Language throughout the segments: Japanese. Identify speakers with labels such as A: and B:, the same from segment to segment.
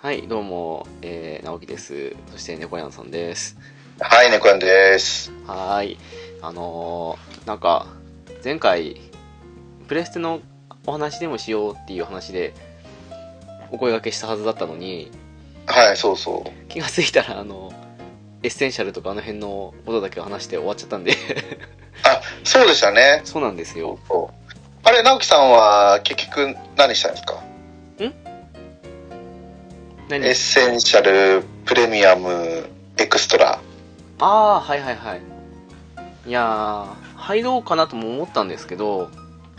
A: はい、どうも、えー、直樹です。そして、猫やんさんです。
B: はい、猫やんです。
A: はーい。あのー、なんか、前回、プレステのお話でもしようっていう話で、お声掛けしたはずだったのに、
B: はい、そうそう。
A: 気がついたら、あの、エッセンシャルとかあの辺のことだけを話して終わっちゃったんで、
B: あ、そうでしたね。
A: そうなんですよ。
B: そうあれ、直樹さんは結局何したんですか
A: 何
B: エッセンシャル、プレミアム、エクストラ。
A: ああ、はいはいはい。いやー、入ろうかなとも思ったんですけど、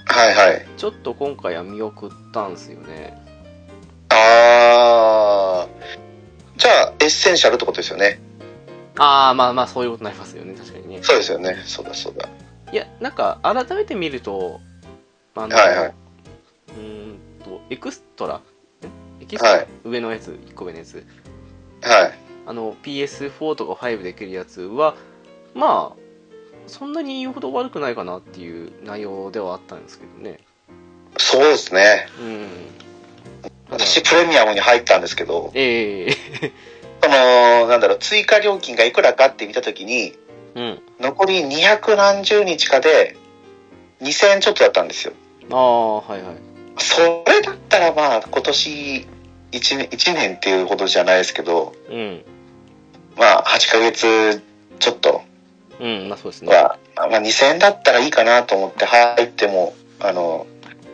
B: はいはい。
A: ちょっと今回は見送ったんですよね。
B: あー。じゃあ、エッセンシャルってことですよね。
A: ああ、まあまあ、そういうことになりますよね、確かにね。
B: そうですよね。そうだそうだ。
A: いや、なんか、改めて見ると、あの、
B: はいはいう
A: ーんと、エクストラ、んエキストラ、
B: はい
A: 上のやつ、1個上のやつ、
B: はい。
A: あの、PS4 とか5できるやつは、まあ、そんなに言うほど悪くないかなっていう内容ではあったんですけどね。
B: そうですね。
A: うん。
B: 私、プレミアムに入ったんですけど、
A: ええ
B: その、なんだろう、追加料金がいくらかって見たときに、
A: うん。
B: 残り2何十日かで、2000円ちょっとだったんですよ。
A: ああ、はいはい。
B: それだったらまあ今年 1, 1年っていうほどじゃないですけど
A: うん。
B: まあ8ヶ月ちょっと
A: うん、まあそうですね。
B: は、まあ、2000円だったらいいかなと思って入ってもあの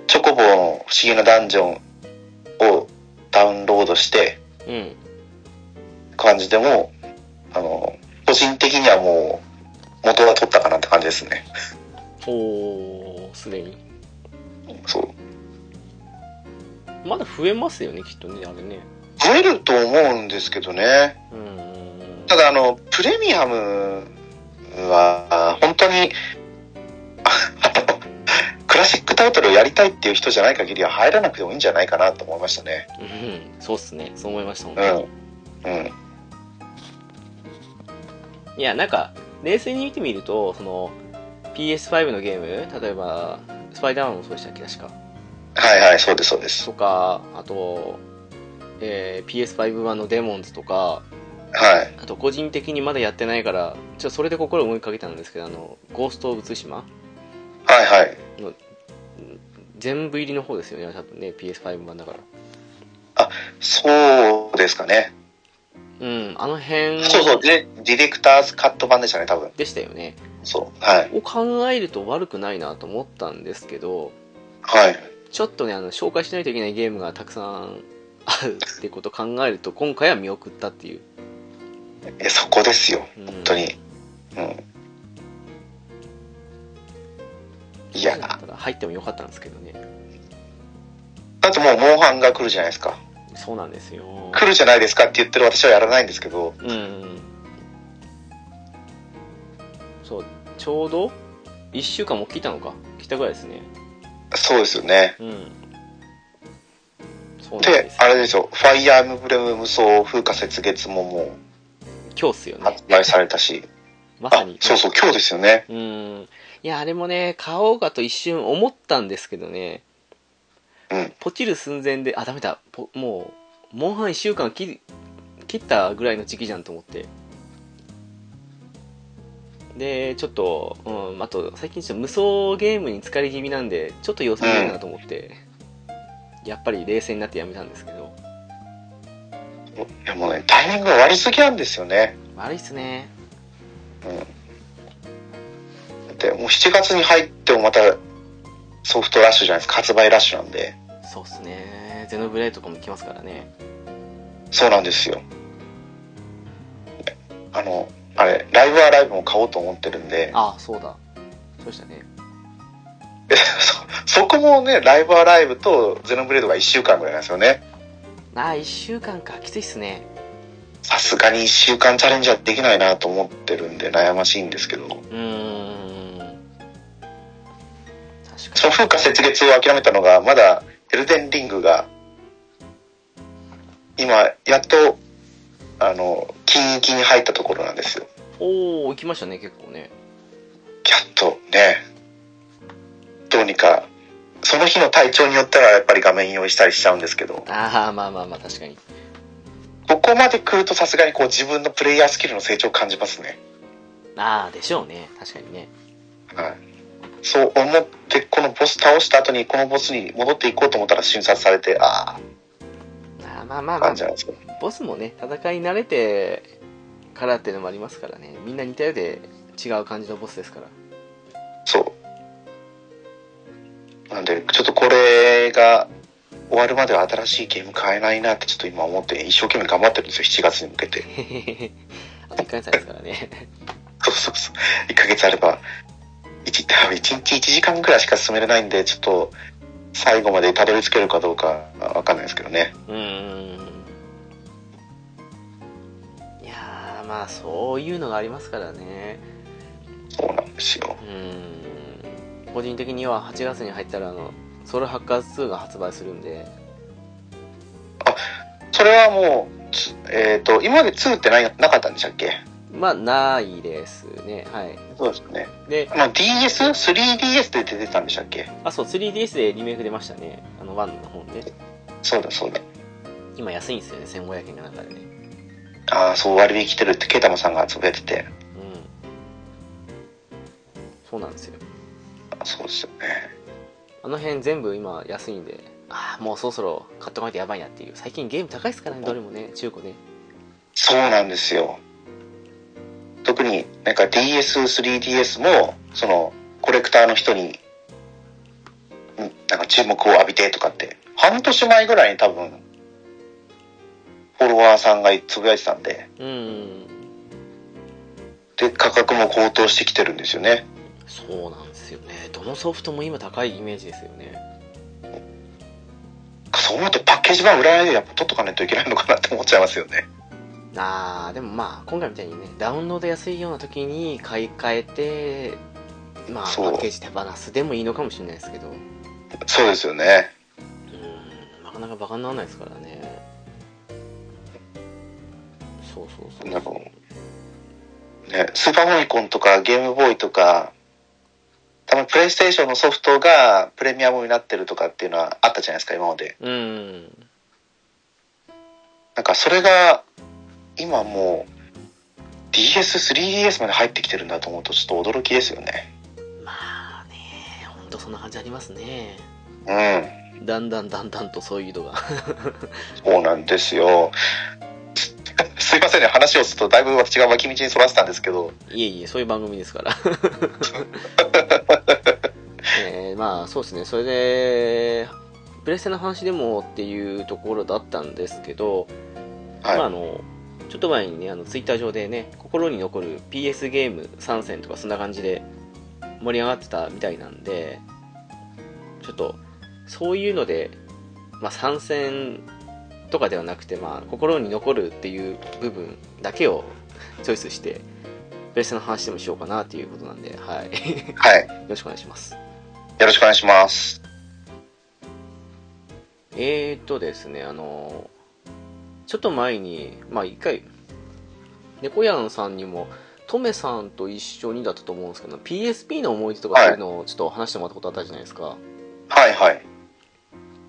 B: チョコボの不思議なダンジョンをダウンロードして
A: うん。
B: 感じでもあの個人的にはもう元は取ったかなって感じですね
A: おー、すでに。
B: そう
A: まだ増えますよね、きっとね、あれね。
B: 増えると思うんですけどね
A: うん。
B: ただあのプレミアムは本当に あのクラシックタイトルをやりたいっていう人じゃない限りは入らなくてもいいんじゃないかなと思いましたね
A: うん、そうっすね。そう思いましたもん、
B: うん
A: ね
B: うん
A: いや、なんか、冷静に見てみると、その、PS5 のゲーム、例えば、スパイダーマンもそうでしたっけ、確か。
B: はいはいそうですそうです
A: とか、あと、えー PS5 版のデモンズとか、
B: はい
A: あと個人的にまだやってないから、ちょっとそれで心を思いかけたんですけど、あの、ゴースト・オブ・ツシマ
B: はいはい
A: 全部入りの方ですよね、多分ね、PS5 版だから。
B: そうですかね
A: うん、あの辺
B: そうそうディディレクターズカット版でしたね多分
A: でしたよね。
B: そうはい
A: を考えると悪くないなと思ったんですけど、
B: はい
A: ちょっとねあの紹介しないといけないゲームがたくさんあるってことを考えると今回は見送ったっていう、
B: えそこですよ
A: うん
B: 本当にうんいや
A: だったら入ってもよかったんですけどね
B: だってもうモンハンが来るじゃないですか
A: そうなんですよ
B: 来るじゃないですかって言ってる私はやらないんですけど
A: うんそうちょうど1週間も来たのか来たぐらいですね
B: そうですよね。
A: うんそうなん
B: で
A: で、す
B: あれでしょ、ファイアーエムブレム無双風化雪月もも
A: 今日っすよ
B: う
A: ね
B: 発売されたし、
A: まさ
B: あ
A: に、
B: そうそう、今日ですよね。
A: うんいやあれもね買おうかと一瞬思ったんですけどね
B: うん。
A: ポチる寸前であダメだポもうモンハン1週間切り切切ったぐらいの時期じゃんと思ってでちょっと、うん、あと最近ちょっと無双ゲームに疲れ気味なんでちょっと様子見ないなと思って、やっぱり冷静になってやめたんですけど
B: いやもうね、タイミングが悪すぎなんですよね。
A: 悪いっすね
B: だってもう7月に入ってもまたソフトラッシュじゃないですか、発売ラッシュなんで。
A: そうっすねゼノブレイドとかも来ますからね
B: そうなんですよ。あの、あれ、ライブはライブも買おうと思ってるんで、
A: ああそうだそうでしたね
B: そ、そこもね、ライブはライブとゼノブレードが1週間ぐらいなんですよね。
A: ああ1週間かきついっすね
B: さすがに1週間チャレンジはできないなと思ってるんで悩ましいんですけど、
A: うーん確か
B: その風化雪月を諦めたのが、まだエルデンリングが、今、やっと、あの、近域に入ったところなんですよ。
A: におお行きましたね結構ね
B: やっとね、どうにか、その日の体調によったらやっぱり画面用意したりしちゃうんですけど、
A: ああまあまあまあ確かに
B: ここまで来るとさすがにこう自分のプレイヤースキルの成長を感じますね。
A: ああでしょうね確かにね
B: はい。そう思って、このボス倒した後にこのボスに戻っていこうと思ったら診察されて、あ
A: あーまあまあ
B: あ、
A: まあ
B: 感じなんですよ。
A: ボスもね戦いに慣れてからっていうのもありますからねみんな似たようで違う感じのボスですから
B: そう。なんで、ちょっとこれが終わるまでは新しいゲーム買えないなってちょっと今思って一生懸命頑張ってるんですよ、7月に向けて。
A: へ へへへあと1回歳ですからね
B: そうそうそう。1ヶ月あれば、1, 多分1日1時間ぐらいしか進めれないんで、ちょっと、最後までたどり着けるかどうかわかんないですけどね。
A: うーんいやーまあそういうのがありますからね
B: そうなんですよ
A: う。ーん個人的には8月に入ったらあのソウルハッカーズ2が発売するんで
B: それはもう、つえっ、と、今まで2ってないなかったんでしたっけ
A: まあないですねはい
B: そうですよね。
A: で
B: まあ、DS?3DS で出てたんでしたっけ
A: あそう 3DS でリメイク出ましたねあの1の本で
B: そうだそうだ。
A: 今安いんですよね1500円が中でね
B: ああ、そう割引来てるってケイタマさんがつぶやいて
A: うん
B: て。
A: そうなんですよ
B: あそうですよね。
A: あの辺全部今安いんでああもうそろそろ買っとかないとやばいなっていう最近ゲーム高いですからねどれもね中古ね
B: そうなんですよ。特になんか DS、3DS も、その、コレクターの人に、うんなんか注目を浴びてとかって、半年前ぐらいに多分、フォロワーさんがつぶやいてたんで、
A: うん
B: で、価格も高騰してきてるんですよね。
A: そうなんですよねどのソフトも今高いイメージですよね
B: そう思うとパッケージ版売らないでやっぱ取っとかないといけないのかなって思っちゃいますよね。
A: あーでもまあ今回みたいにねダウンロード安いような時に買い替えてまあパ
B: そう
A: ッケージ手放すでもいいのかもしれないですけどう
B: そうですよね。
A: んなかなかバカにならないですからねそうそうそう
B: なんかもね、スーパーファミコンとかゲームボーイとか、多分プレイステーションのソフトがプレミアムになってるとかっていうのはあったじゃないですか、今まで。
A: うん
B: なんかそれが、今もう、DS、3DS まで入ってきてるんだと思うとちょっと驚きですよね。
A: まあねほんとそんな感じありますね
B: う
A: だんだんだんだんとそういうのが
B: ん。そうなんですよ。すいませんね、話をするとだいぶ私が脇道にそらせたんですけど、
A: いえいえそういう番組ですからえーまあそうですねそれでプレステの話でもっていうところだったんですけど、
B: はい。
A: まああのちょっと前にねあのツイッター上でね心に残る PS ゲーム参戦とかそんな感じで盛り上がってたみたいなんでちょっとそういうので、まあ、参戦とかではなくて、まあ、心に残るっていう部分だけを チョイスしてプレステの話でもしようかなっていうことなんで、はい、 よ
B: はい。
A: ろしくお願いします
B: よろしくお願いします。
A: えーとですね、あの、ちょっと前に、まあ一回、猫やんさんにも、トメさんと一緒にだったと思うんですけど、PSP の思い出とかそういうのをちょっと話してもらったことあったじゃないですか。
B: はいはい。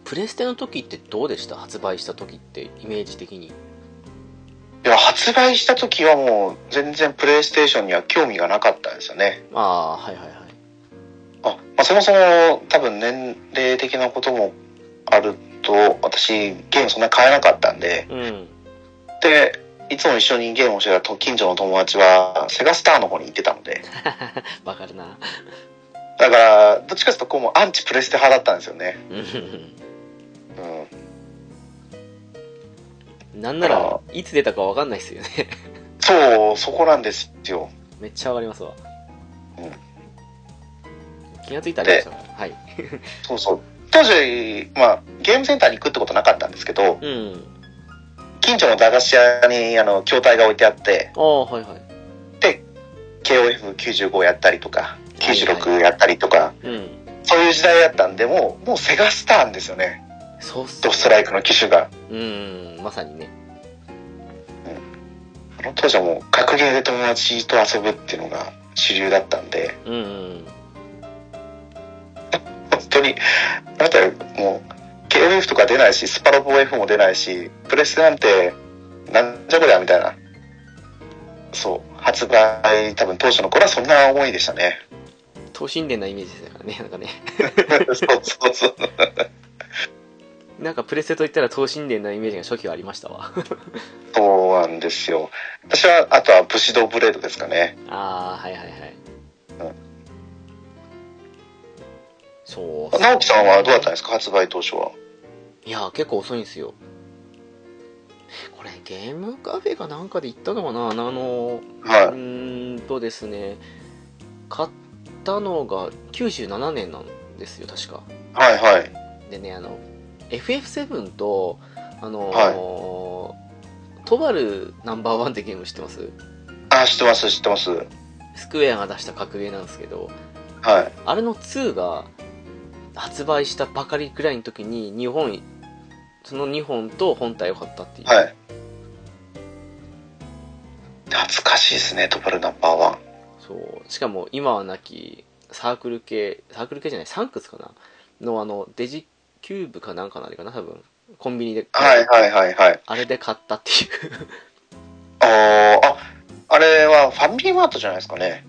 A: プレステの時ってどうでした発売した時って、イメージ的に。
B: 発売した時はもう全然プレイステーションには興味がなかったんですよね。
A: ああーはいはいはい
B: あ、まあ、そもそも多分年齢的なこともあると、私ゲームそんな買えなかったんで、
A: うん
B: で、いつも一緒にゲームをしてたと近所の友達はセガスターの方に行ってたので、
A: わかるな
B: だから、どっちかというとこうもうアンチプレステ派だったんですよね。
A: うん
B: うん。
A: なんならいつ出たかわかんないっすよね
B: そう、そこなんですよ。
A: めっちゃわかりますわ、
B: うん
A: 気がついたらありましたからはい
B: そうそう。当時、まあ、ゲームセンターに行くってことなかったんですけど、
A: うん
B: 近所の駄菓子屋に、あの、筐体が置いてあって、
A: ああはいはい
B: KOF95 やったりとか、
A: は
B: 96
A: い
B: やったりとか、
A: うん
B: そういう時代だったんで、もう、もうセガスターンですよね。
A: そうっす
B: ドストライクの機種が。
A: うんまさにね
B: あの当時はもう、格ゲーで友達と遊ぶっていうのが主流だったんで、
A: うんうん
B: 本当に、あなたもう、KOF とか出ないし、スパロボ F も出ないし、プレステなんて、なんじゃこりゃみたいな。そう、発売、多分当初の頃はそんな思いでしたね。
A: 等身大なイメージでしたからねなん かね
B: そうそうそう。
A: なんかプレステといったら等身大なイメージが初期はありましたわ
B: そうなんですよ。私は、あとは武士道ブレードですかね。
A: ああはいはいはい、
B: うん
A: そうっす
B: 直樹さんはどうだったんですか発売当初は。
A: いやー結構遅いんですよこれゲームカフェかなんかで行ったのかなあのう
B: は
A: ーんとですね買ったのが97年なんですよ確か
B: い。はいはい。
A: でねあの FF7 とあのー
B: は
A: トバルナンバーワンってゲーム知ってます
B: あ、知ってます、知ってます。はい。
A: スクエアが出した格ゲーなんですけど
B: はい
A: あれの2が発売したばかりくらいの時に日本その2本と本体を買ったっていう、。
B: 懐かしいですね、トパルナンバーワン。
A: そうしかも今はなきサークル系サークル系じゃないサンクスかなのあのデジキューブかなんかのあれかな多分コンビニで
B: はいはいはいはい。
A: あれで買ったっていう
B: あーあ、あれはファミリーマートじゃないですかね。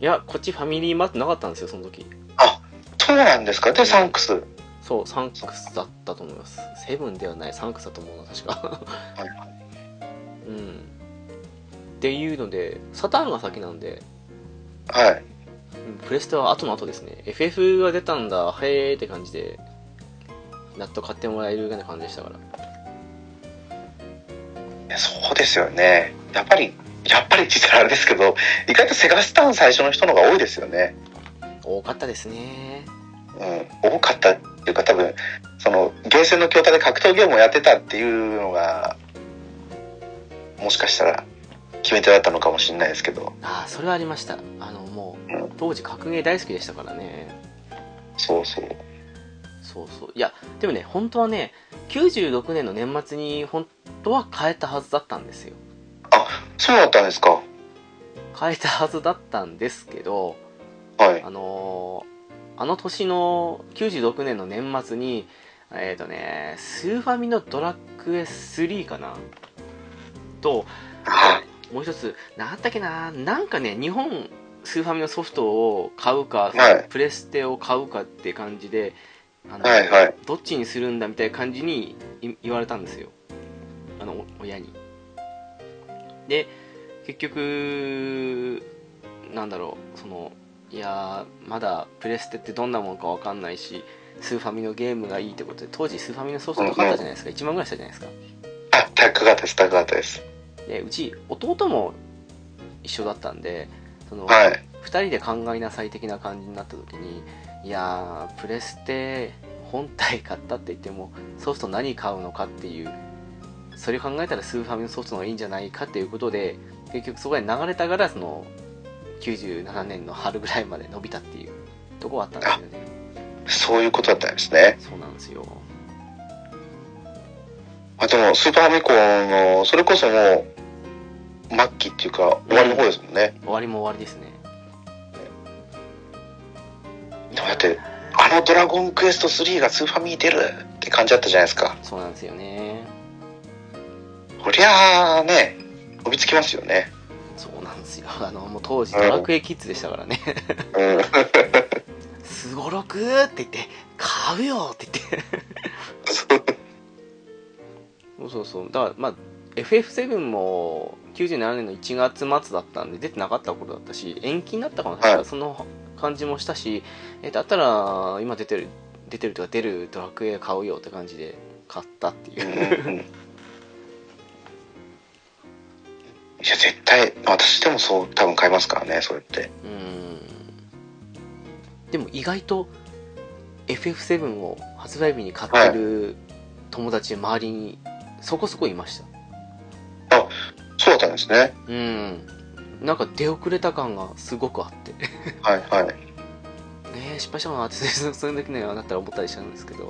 A: いやこっちファミリーマートなかったんですよその時
B: そうなんですか。で、サンクス。はい
A: そうサンクスだったと思いますセブンではないサンクスだと思うな確か うんっていうのでサターンが先なんで
B: はい。
A: うんプレステは後の後ですね FF が出たんだへーって感じでやっと買ってもらえるような感じでしたから
B: いやそうですよね。やっぱり、やっぱりって言ったらあれですけど、意外とセガスターン最初の人の方が多いですよね。
A: 多かったですね
B: うん、多かったっていうか多分そのゲーセンの筐体で格闘ゲームをやってたっていうのがもしかしたら決め手だったのかもしれないですけど
A: ああそれはありましたあのも
B: う
A: う当時格ゲー大好きでしたからね
B: そうそう
A: そうそういやでもね本当はね96年の年末に本当は変えたはずだったんですよ
B: そうだったんですか
A: 変えたはずだったんですけど
B: はい
A: あのーあの年の96年の年末にえっ、とねスーファミのドラクエ3かなと
B: はい
A: もう一つなんだったっけななんかね日本スーファミのソフトを買うか、
B: はい
A: プレステを買うかって感じであの
B: はいはい
A: どっちにするんだみたいな感じにい言われたんですよあのお親にで結局なんだろうそのいやーまだプレステってどんなものかわかんないしスーファミのゲームがいいってことで当時スーファミのソフト高かったじゃないですか1万ぐらいしたじゃないですか
B: あ高かったです高かったです
A: でうち弟も一緒だったんでその、
B: はい
A: 2人で考えなさい的な感じになった時にいやープレステ本体買ったって言ってもソフト何買うのかっていうそれ考えたらスーファミのソフトの方がいいんじゃないかっていうことで結局そこで流れたからその97年の春ぐらいまで伸びたっていうとこはあったんですよね
B: そういうことだったんですね、
A: そうなんですよ
B: まあ、でもスーパーファミコンのそれこそもう末期っていうか終わりの方ですもんね、
A: 終わりも終わりですね
B: でもだってあの「ドラゴンクエスト3」がスーファミに出るって感じだったじゃないですか
A: そうなんですよね
B: こりゃあね飛びつきますよね。
A: そうなんですよあのもう当時ドラクエキッズでしたから ね
B: うん。
A: 「すごろく!」って言って「買うよ!」って言って
B: そう
A: そうそうそうだからまあ FF7 も97年の1月末だったんで出てなかった頃だったし延期になったかな、
B: はい
A: その感じもしたしえだったら今出てる出てるとか出るドラクエ買うよって感じで買ったっていうう、
B: んうんいや、絶対、私でもそう、多分買いますからね、それって。
A: うーんでも意外と FF7 を発売日に買ってる友達周りにそこそこいました
B: そうだったんですね。
A: うんなんか出遅れた感がすごくあって ね
B: はいはい。
A: え失敗したかなってそその時ねあなたら思ったりしたんですけど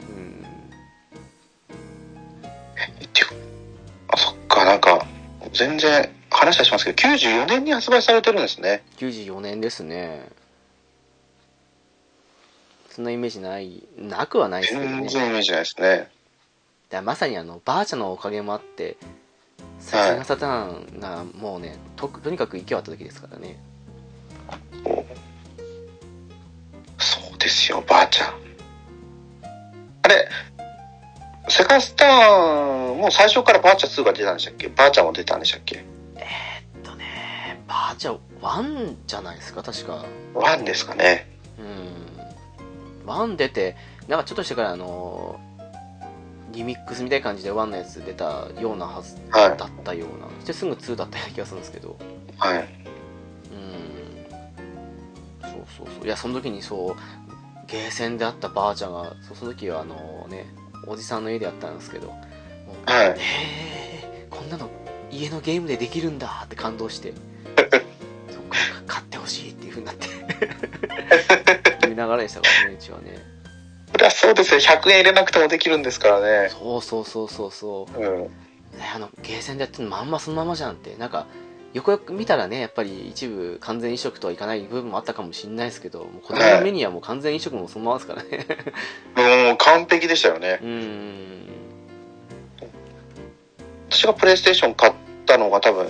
A: うん
B: っていうかあ、そっか、なんか、全然話はしますけど、94年に発売されてるんですね。
A: 94年ですねそんなイメージないなくはないですけどね
B: 全然イメージないですね。
A: だからまさにあのバーチャのおかげもあってさすがサターンがもうねととにかく勢いあった時ですからね
B: そうですよ、ばあちゃん。あれ、セカスターン、もう最初からバーチャ2が出たんでしたっけバーチャも出たんでしたっけ
A: えっとねバーチャ1じゃないですか確か
B: ?1 ですかね。
A: うん1出てなんかちょっとしてからあのリミックスみたいな感じで1のやつ出たようなはず
B: はい
A: だったようなそしてすぐ2だったような気がするんですけど
B: はい。
A: うんそうそうそういやその時にそうゲーセンであったばあちゃんがそうその時はあのねおじさんの家でやったんですけどもう
B: はい。
A: へえこんなの家のゲームでできるんだって感動して そっから買ってほしいっていうふうになって 言いながらでしたからねうちはね
B: そりゃそうですよ、100円入れなくてもできるんですからね。
A: そうそうそうそうそう
B: うん。
A: ねあのゲーセンでやってるのまんまそのままじゃんってなんかよくよく見たらねやっぱり一部完全移植とはいかない部分もあったかもしれないですけどもう子供の目にはもう完全移植もそのままですからね
B: もう完璧でしたよね
A: う。ーん
B: 私がプレイステーション買ったのが多分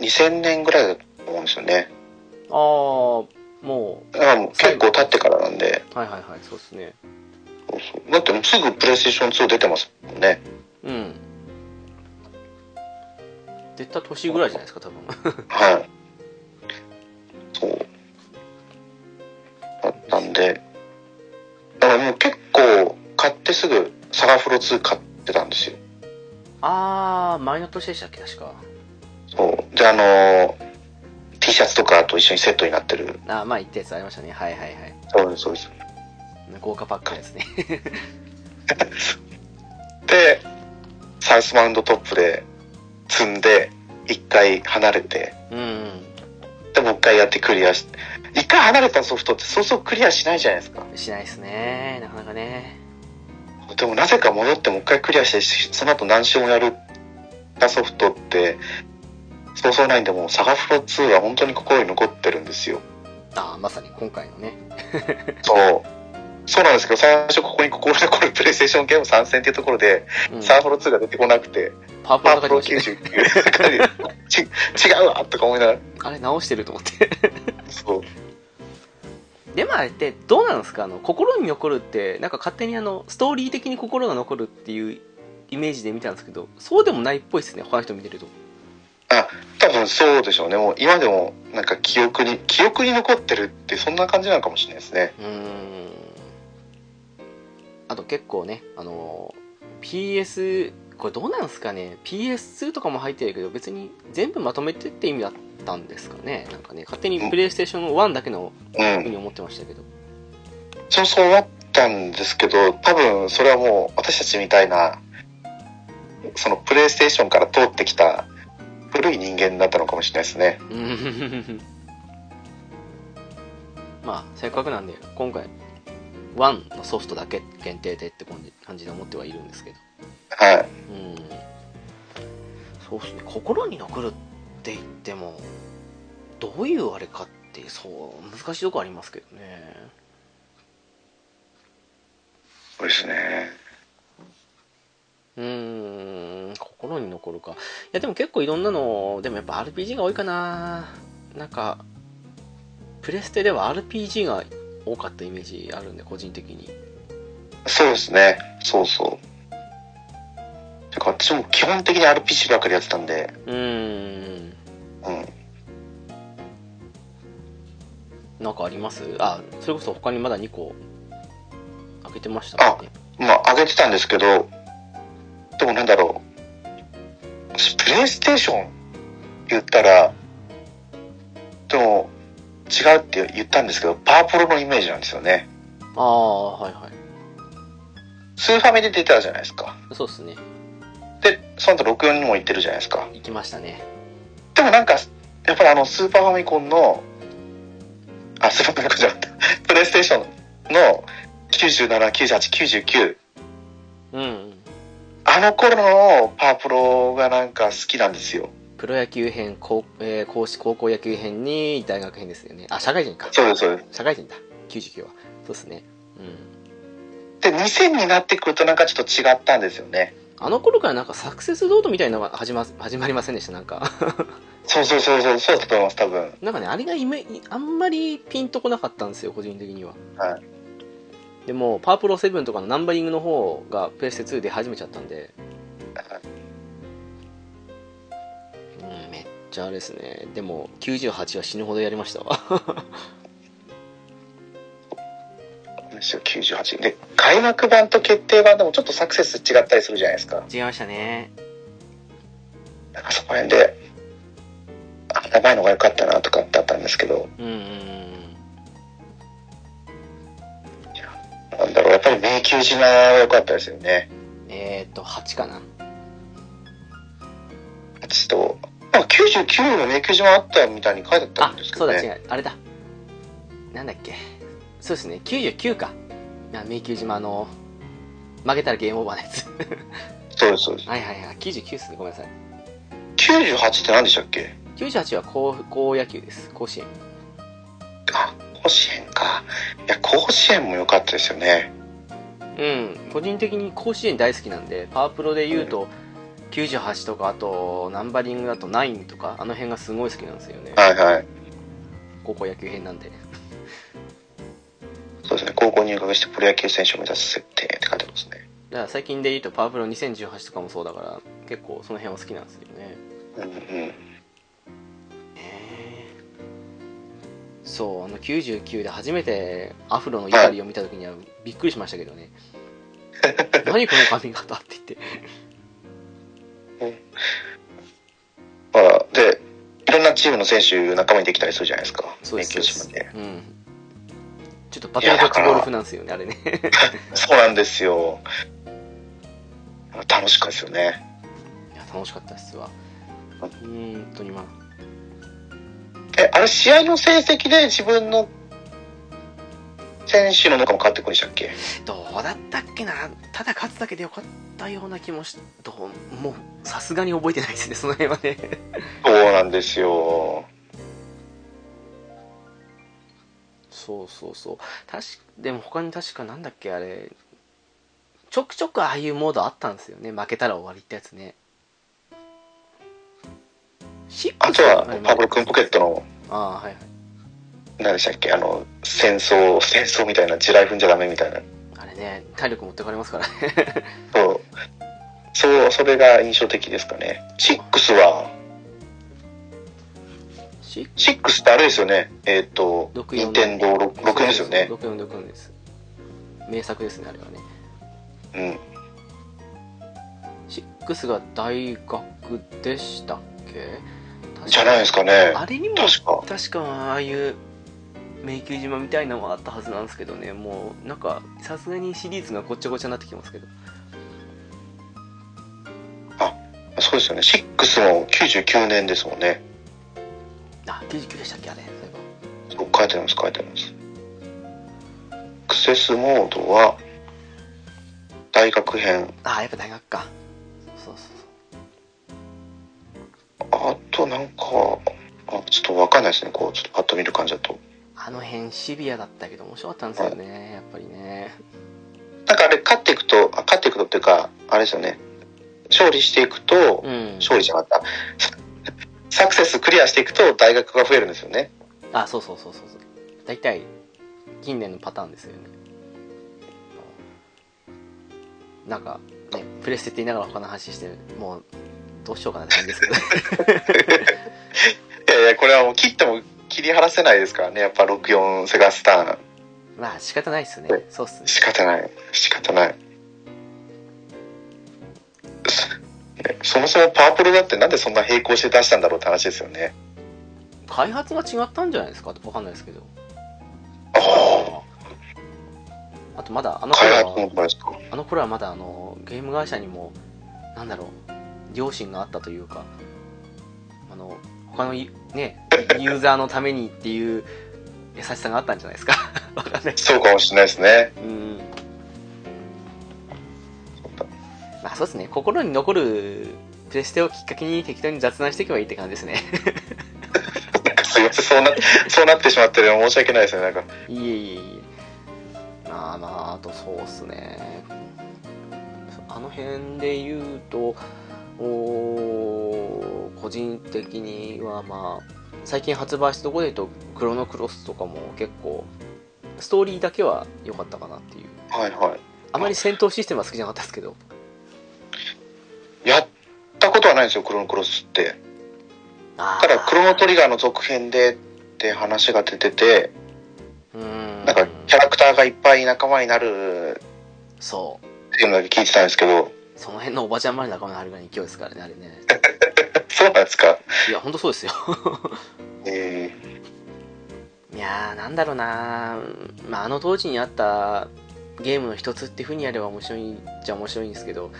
B: 2000年ぐらいだと思うんですよね。
A: ああもう
B: だからもう結構経ってからなんで。
A: はいはいはいそうですね
B: そうそうだってもうすぐプレイステーション2出てますもんね。
A: うん絶対年ぐらいじゃないですか多分
B: はい。そう。だったんで、だからもう結構買ってすぐサガフロ2買ってたんですよ。
A: ああ前の年でしたっけ確か
B: そう。で、あのー T シャツとかと一緒にセットになってる。
A: ああまあ一定やつありましたねはいはいはい
B: そうです、そうです。
A: 豪華パックですね
B: で、サウスマウンドトップで積んで、一回離れて、
A: うん
B: で、もう一回やってクリアして、一回離れたソフトってそうそうクリアしないじゃないですか。
A: しないですねなかなかね
B: でもなぜか戻ってもう一回クリアしてしその後何周もやるたソフトってそうそうないんでもうサガフロ2は本当に心に残ってるんですよ
A: ああまさに今回のね
B: そうそうなんですけど最初ここに心に残るプレイステーションゲーム参戦っていうところで、
A: うん
B: サガフロ2が出てこなくて
A: パワープ
B: パ
A: ロ
B: ープ
A: が書い
B: ロ
A: てましたね。
B: 99ち違うわとか思いながら
A: あれ直してると思 って。
B: そう
A: でもあれってどうなんですかあの、心に残るって、なんか勝手にあの、ストーリー的に心が残るっていうイメージで見たんですけど、そうでもないっぽいですね、他の人見てると。
B: 多分そうでしょうねもう今でもなんか記憶に記憶に残ってるってそんな感じなのかもしれないですね
A: うーん。あと結構ね、あの、PS、これどうなんですかね PS2 とかも入ってるけど別に全部まとめてって意味だったんですかねなんかね勝手にプレイステーション1だけの
B: うん
A: ふうに思ってましたけど
B: そうそう思ったんですけど、多分それはもう私たちみたいな、そのプレイステーションから通ってきた古い人間だったのかもしれないですね。
A: うんまあせっかくなんで今回1のソフトだけ限定でって感じ感じで思ってはいるんですけど
B: はい。
A: うんそうですね心に残るって言ってもどういうあれかってそう難しいとこありますけどね
B: そうですね。
A: うーん心心に残るか。いや、でも結構いろんなの、でもやっぱ RPG が多いかな。なんか、プレステでは RPG が多かったイメージあるんで、個人的に。
B: そうですね。そうそう。てか私も基本的に RPG ばっかりやってたんで、
A: うーん。
B: うん。
A: なんかありますあ、それこそ他にまだ2個開けてましたもんね。
B: まあ、上げてたんですけど、でもなんだろう。私プレイステーション言ったら、でも、違うって言ったんですけど、パワープロのイメージなんですよね。
A: ああ、はいはい。
B: スーファミで出たじゃないですか。
A: そうっすね。
B: で、その後64にも行ってるじゃないですか。
A: 行きましたね。
B: でもなんか、やっぱりあの、スーパーファミコンの、あ、スーパーファミコンじゃなかった。 プレイステーションの97、98、99。
A: うん。
B: あの頃のパワープロがなんか好きなんですよ。
A: プロ野球編、高,、えー、高し高校野球編に大学編ですよね。あ、社会人か。
B: そうです、そうです。
A: 社会人だ。99は。そうっすね。うん。
B: で、2000になってくるとなんかちょっと違ったんですよね。
A: あの頃からなんかサクセスロードみたいなのが始ま始まりませんでした、なんか。
B: そうそうそうそう、そうだと思います、多分。
A: なんかね、あれがイメあんまりピンとこなかったんですよ、個人的には。
B: は
A: でも、パープロ7とかのナンバリングの方がプレステ2で始めちゃったんで、うん、めっちゃあれですね。でも、98は死ぬほどやりましたわ。
B: ですよ、98。で、開幕版と決定版でもちょっとサクセス違ったりするじゃないですか。
A: 違いましたね。
B: なんかそこら辺で、あ、やばいのが良かったなとかってあったんですけど、
A: うんうん
B: なんだろう、やっぱり迷宮島が良かったですよね。
A: うん。えーっと、8かな。
B: 8と、なんか99の迷宮島あったみたいに書いてあった
A: あ
B: んですけ
A: そう
B: ど
A: だ
B: ね。
A: 違うあれだなんだっけそうですね99かあ迷宮島の負けたらゲームオーバーのやつ
B: そうです、そうです。
A: はいはいはい99っすねごめんなさい
B: 98って何でしたっけ
A: 98は高高野球です甲子園
B: あ、甲子園か。いや、甲子園も良かったですよね。
A: うん個人的に甲子園大好きなんでパワープロで言うと98とかあとナンバリングだと9とかあの辺がすごい好きなんですよね
B: はいはい。
A: 高校野球編なんで
B: そうですね、高校入学してプロ野球選手を目指す設定って書いてますね。
A: だから最近で言うとパワープロ2018とかもそうだから結構その辺は好きなんですよね
B: うんうん。
A: ねそうあの99で初めてアフロの怒りを見た時にはびっくりしましたけど ね何この髪型って言って
B: まあ、で、いろんなチームの選手仲間にできたりするじゃないですか。
A: そうです
B: 迷宮島で。
A: うんちょっとバトルドッジゴルフなんですよねあれね
B: そうなんですよ。楽しかったですよね。
A: いや楽しかったっすわうーんとにまあ
B: え、あれ試合の成績で自分の選手の中も変わってくるんでしたっけ
A: どうだったっけなただ勝つだけでよかったような気もしどうもうさすがに覚えてないですねその辺はね
B: そうなんですよ。
A: そうそうそう確かでも他に確かなんだっけあれちょくちょくああいうモードあったんですよね負けたら終わりってやつね
B: あとは、パブロ
A: 君
B: 君ポケットの、
A: ああはいはい
B: 何でしたっけあの、戦争、戦争みたいな、地雷踏んじゃダメみたいな。
A: あれね体力持ってかれますから ね
B: そう。そう、それが印象的ですかね。シックスは、
A: し
B: シックスってあれですよね。えっ、と、
A: 64
B: 任天堂6 64ですよね。
A: 6464です名作ですねあれはね
B: うん。
A: 6が大学でしたっけ確か
B: じゃないですかね。
A: あれにも
B: 確か。
A: 確かああいう迷宮島みたいなのもあったはずなんですけどねもうなんかさすがにシリーズがごちゃごちゃになってきますけど
B: そうですよね。シックスも99年ですもんね。
A: あ99でしたっけあれそういえ
B: そう書いてあります、書いてあります。アクセスモードは、大学編。
A: ばあやっぱ大学かそうそうそ
B: あとなんか、あちょっとわかんないですね。こう、ちょっとパッと見る感じだと。
A: うあの辺シビアだったけど面白かったんですよねやっぱりね
B: なんかあれ、勝っていくと、あ勝っていくとっていうか、あれですよね。勝利していくと
A: う、ん。
B: 勝利じゃなかった。サクセスクリアしていくと大学が増えるんですよね。
A: あ、そうそうそうそうそう。大体、近年のパターンですよね。なんか、ね、プレステって言いながら他の話してる。もう、どうしようかなって感じです けど。
B: いやいや、これはもう切っても切り離せないですからね。やっぱ64セガスターン。
A: まあ、仕方ないっすね。そうっすね。
B: 仕方ない。仕方ない。そねそもそもパワープロだってなんでそんな並行して出したんだろうって話ですよね。
A: 開発が違ったんじゃないですかわかんないですけど。
B: ああ、
A: あとまだ、あの頃
B: 開発の
A: は、
B: 場合ですか。
A: あの頃はまだあの、ゲーム会社にも、なんだろう、良心があったというか、あの、他のい、ね、ユーザーのためにっていう優しさがあったんじゃないですかわかんない。
B: そうかもしれないですね。
A: うん。まあそうですね、心に残るプレステをきっかけに適当に雑談していけばいいって感じですね。
B: なんかすいません。そうな、そうなってしまってるの申し訳ないですね。なんか。
A: いえいえいえまあまああとそうっすねあの辺で言うとおー個人的にはまあ最近発売したとこで言うと「クロノクロス」とかも結構ストーリーだけは良かったかなっていう
B: はいはい。
A: あまり戦闘システムは好きじゃなかったですけど
B: やったことはないんですよ、クロノクロスって。
A: あ
B: ただ、クロノトリガーの続編でって話が出てて、
A: うーん
B: なんかキャラクターがいっぱい仲間になる
A: そう
B: っていうのだけ聞いてたんです けど、
A: その辺のおばちゃんまで仲間になるぐらいの勢いですからねあれね
B: そうなんですか
A: いやほんとそうですよ
B: え
A: いやーなんだろうなー、まあ、あの当時にあったゲームの一つっていうふうにやれば面白いっちゃ面白いんですけど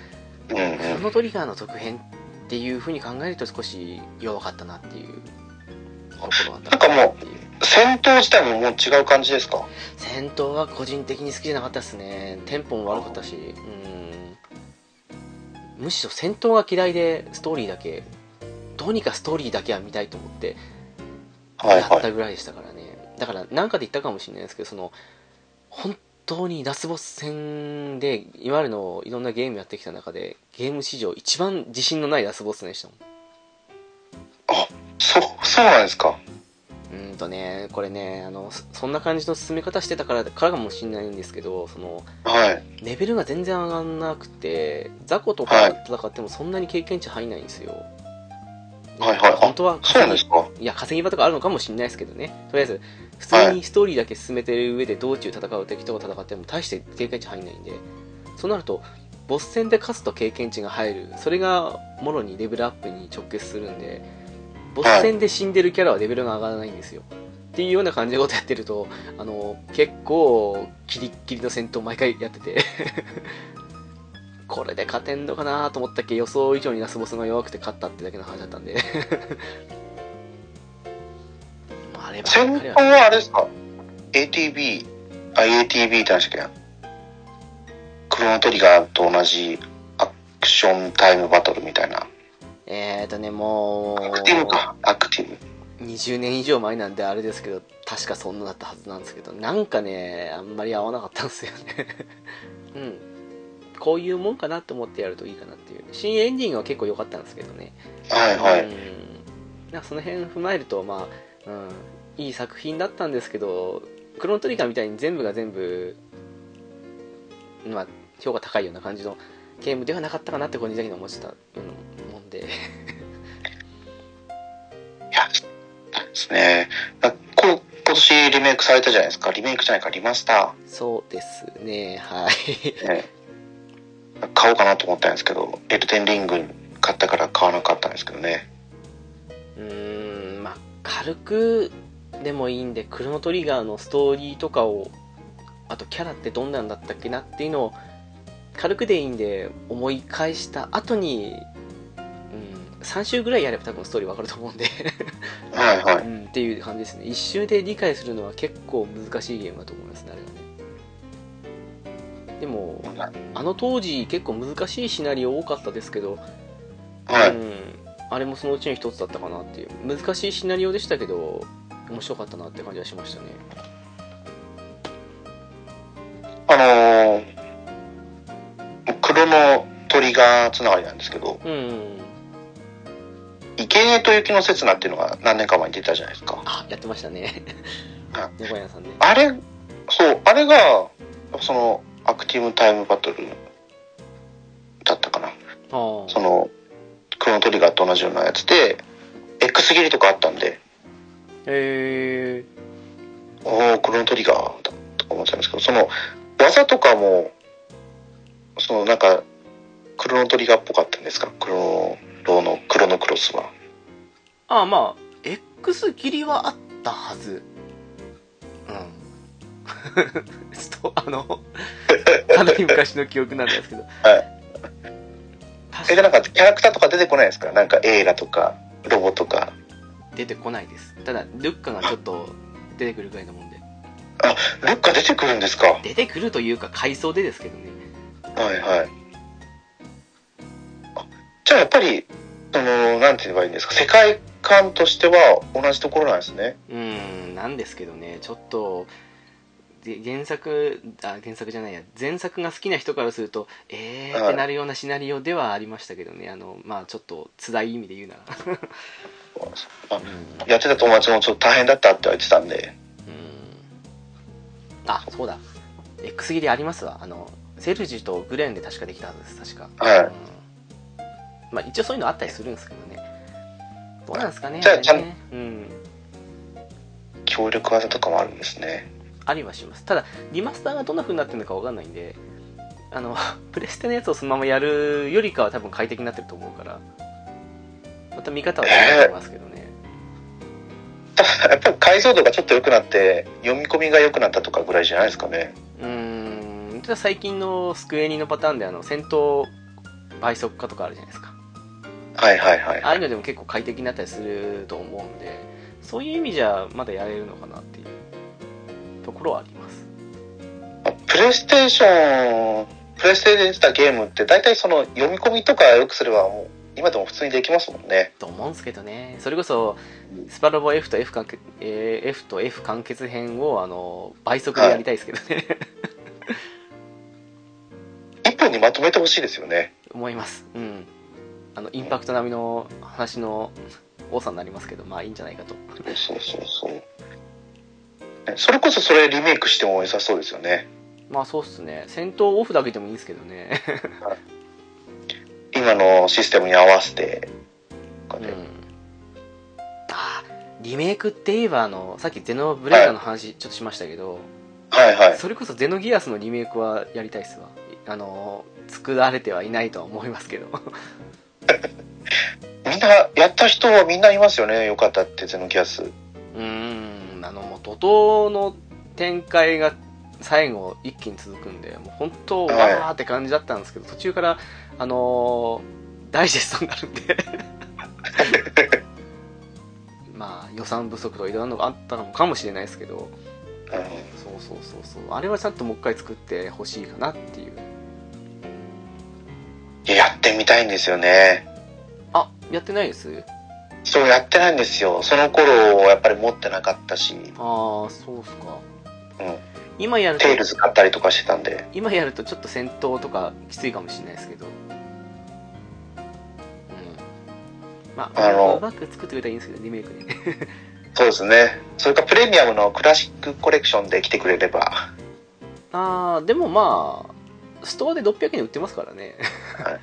A: 「
B: えうん
A: そ
B: うん。
A: のトリガー」の続編っていうふうに考えると少し弱かったなっていうところだったかなっていう
B: 戦闘自体ももう違う感じですか
A: 戦闘は個人的に好きじゃなかったですねテンポも悪かったしうんむしろ戦闘が嫌いでストーリーだけどうにかストーリーだけは見たいと思って
B: はい
A: やっ
B: はい。
A: たぐらいでしたからね、だから何かで言ったかもしれないですけどその本当にラスボス戦で今までのいろんなゲームやってきた中でゲーム史上一番自信のないラスボス戦でしたも
B: そう、そうなんですか
A: んうーんとねこれねあのそそんな感じの進め方してたからからかもしれないんですけどその
B: はい。
A: レベルが全然上がんなくて雑魚と
B: は
A: か
B: い
A: 戦ってもそんなに経験値入んないんですよ、
B: はいはいあ
A: 本当は
B: そうなんですか
A: いや稼ぎ場とかあるのかもしれないですけどねとりあえず普通にストーリーだけ進めてる上で道中戦う敵と戦っても大して経験値入んないんでそうなるとボス戦で勝つと経験値が入るそれがもろにレベルアップに直結するんでボス戦で死んでるキャラはレベルが上がらないんですよ、っていうような感じのことやってるとあの結構キリッキリの戦闘毎回やっててこれで勝てんのかなと思ったっけ予想以上にラスボスが弱くて勝ったってだけの話だったんでまああれば
B: 戦
A: あれ
B: 闘
A: ば
B: はあれですか ?ATB、あ、ATB って話だっけクロノトリガーと同じアクションタイムバトルみたいな。
A: えーとねも
B: アクティブ
A: う
B: か。アクティブ。
A: 20年以上前なんであれですけど確かそんなだったはずなんですけどなんかねあんまり合わなかったんですよねうんこういうもんかなと思ってやるといいかなっていう新エンディングは結構良かったんですけどね
B: はいはい。
A: うん、なんかその辺踏まえるとまあ、うん、いい作品だったんですけどクロノトリガーみたいに全部が全部、まあ、評価高いような感じのゲームではなかったかなって個人的には思ってたようなもんで
B: いや、ですね。なこう今年リメイクされたじゃないですか。リメイクじゃないか、リマスタ
A: そうですねはい
B: ー。ね、買おうかなと思ったんですけど、エルデンリング買ったから買わなかったんですけどね。
A: うーんまあ軽くでもいいんでクロノトリガーのストーリーとかをあとキャラってどんなんだったっけなっていうのを軽くでいいんで思い返した後に、うん、3週ぐらいやれば多分ストーリーわかると思うんで、
B: はいは
A: う
B: い。
A: ん、っていう感じですね一周で理解するのは結構難しいゲームだと思いますねあれはねでもあの当時結構難しいシナリオ多かったですけど
B: は
A: う
B: い。
A: ん、あれもそのうちの一つだったかなっていう難しいシナリオでしたけど面白かったなって感じはしましたね
B: あのー、クロノトリガーつながりなんですけど、
A: うん。
B: 池江と雪の刹那っていうのが何年か前に出たじゃないですか。
A: あ、やってましたね
B: あ。
A: 猫屋さんね。
B: あれ、そう、あれが、その、アクティブタイムバトルだったかな。
A: あー
B: その、クロノトリガーと同じようなやつで、X 切りとかあったんで、
A: へ
B: おお、クロノトリガーだとか思っちゃうんですけど、その、技とかも、その、なんか、クロノトリガーっぽかったんですかクロノ、のクロノクロスは。
A: ー。あー、まあ、X 切りはあったはず。うん。 ちょっと、あ の、かなり昔の記憶なんですけど。はい。
B: え、
A: 確
B: で、
A: か
B: なんか、キャラクターとか出てこないですかなんか、エイラとか、ロボとか。
A: 出てこないです。ただ、ルッカがちょっと出てくるぐらいなもんで。
B: ルッカ出てくるんですかは
A: 出てくるというか、回想でですけどね。
B: いはい。あじゃあ、やっぱり、その、なんて言えばいいんですか世界観としては同じところなんですね。
A: うーんなんですけどねちょっとで原作あ原作じゃないや前作が好きな人からするとえー
B: は
A: っ
B: い
A: てなるようなシナリオではありましたけどねあのまあちょっと辛い意味で言うなら
B: あ
A: うん
B: やってた友達もちょっと大変だったって言われてたんで。
A: あそうだ X 切りありますわあのセルジュとグレンで確かできたはずです確か
B: はい
A: うんまあ一応そういうのあったりするんですけどねどうなんですかね
B: じゃあ
A: れね
B: ちゃん
A: うん
B: 協力技とかもあるんですね。
A: ありはしますただリマスターがどんな風になってるのかわかんないんであの プレステのやつをそのままやるよりかは多分快適になってると思うからまた見方は違うと思いますけどね、
B: ただ やっぱり解像度がちょっと良くなって、読み込みが良くなったとかぐらいじゃないですかね。
A: うーんただ最近のスクエニのパターンであの戦闘倍速化とかあるじゃないですか
B: はいはいはい。
A: ああいうのでも結構快適になったりすると思うんでそういう意味じゃまだやれるのかなっていうところはあります
B: プレイステーション、プレイステで出てたゲームって大体その読み込みとか良くすればもう今でも普通にできますもんね。
A: と思うんですけどねそれこそスパロボ F と F, 完結えー F と F 完結編をあの倍速でやりたいですけどね、
B: 一本にまとめてほしいですよね。
A: 思いますうんあのインパクト並みの話の多さになりますけどまあいいんじゃないかと
B: そうそうそうそう。ねそれこそそれリメイクしても良さそうですよね。
A: まあそうっすね戦闘オフだけでもいいんですけどね、
B: 今のシステムに合わせて。と
A: う
B: か
A: ん
B: ね、
A: あーリメイクって言えばあのさっきゼノブレーダーの話ちょっとしましたけど、
B: はいはい。
A: それこそゼノギアスのリメイクはやりたいっすわあの作られてはいないとは思いますけど
B: みんな、やった人はみんないますよね。よかったって、ゼノギアス。
A: うーんあのもう怒涛の展開が最後一気に続くんでもう本当
B: はい
A: わーって感じだったんですけど途中からあのーダイジェストになるん でまあ予算不足とかいろんなのがあったのかもしれないですけど
B: うん
A: そうそうそうそうあれはちゃんともう一回作ってほしいかなっていう
B: いややってみたいんですよね。
A: あやってないです
B: そう、やってないんですよ。その頃、やっぱり持ってなかったし、
A: ああそうっすか、
B: うん
A: 今やると
B: テイルズ買ったりとかしてたんで。
A: 今やるとちょっと戦闘とかきついかもしれないですけどうんまあ
B: あの
A: うまく作ってくれたらいいんですけどリメイクね
B: そうですね。それかプレミアムのクラシックコレクションで来てくれれば。
A: ああでもまあストアで600円で売ってますからね
B: はい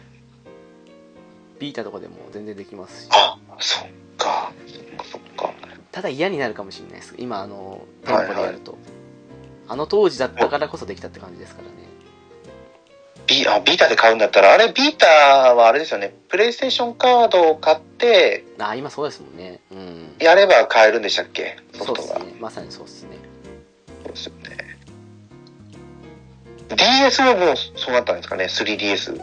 A: ビータとかでも全然できますし
B: あ、そっか。そっかそっか。
A: ただ嫌になるかもしれないです今あの店
B: はい
A: 舗でやると、あの当時だったからこそできたって感じですからね
B: ビあビータで買うんだったら、あれ、ビータはあれですよね。プレイステーションカードを買って、
A: ああ今そうですもんねうん
B: やれば買えるんでしたっけソ
A: そ
B: フ
A: うで
B: ト
A: す
B: が。
A: ねまさにそうですね
B: そうですよね。DS はもうそうなったんですかね ?3DS。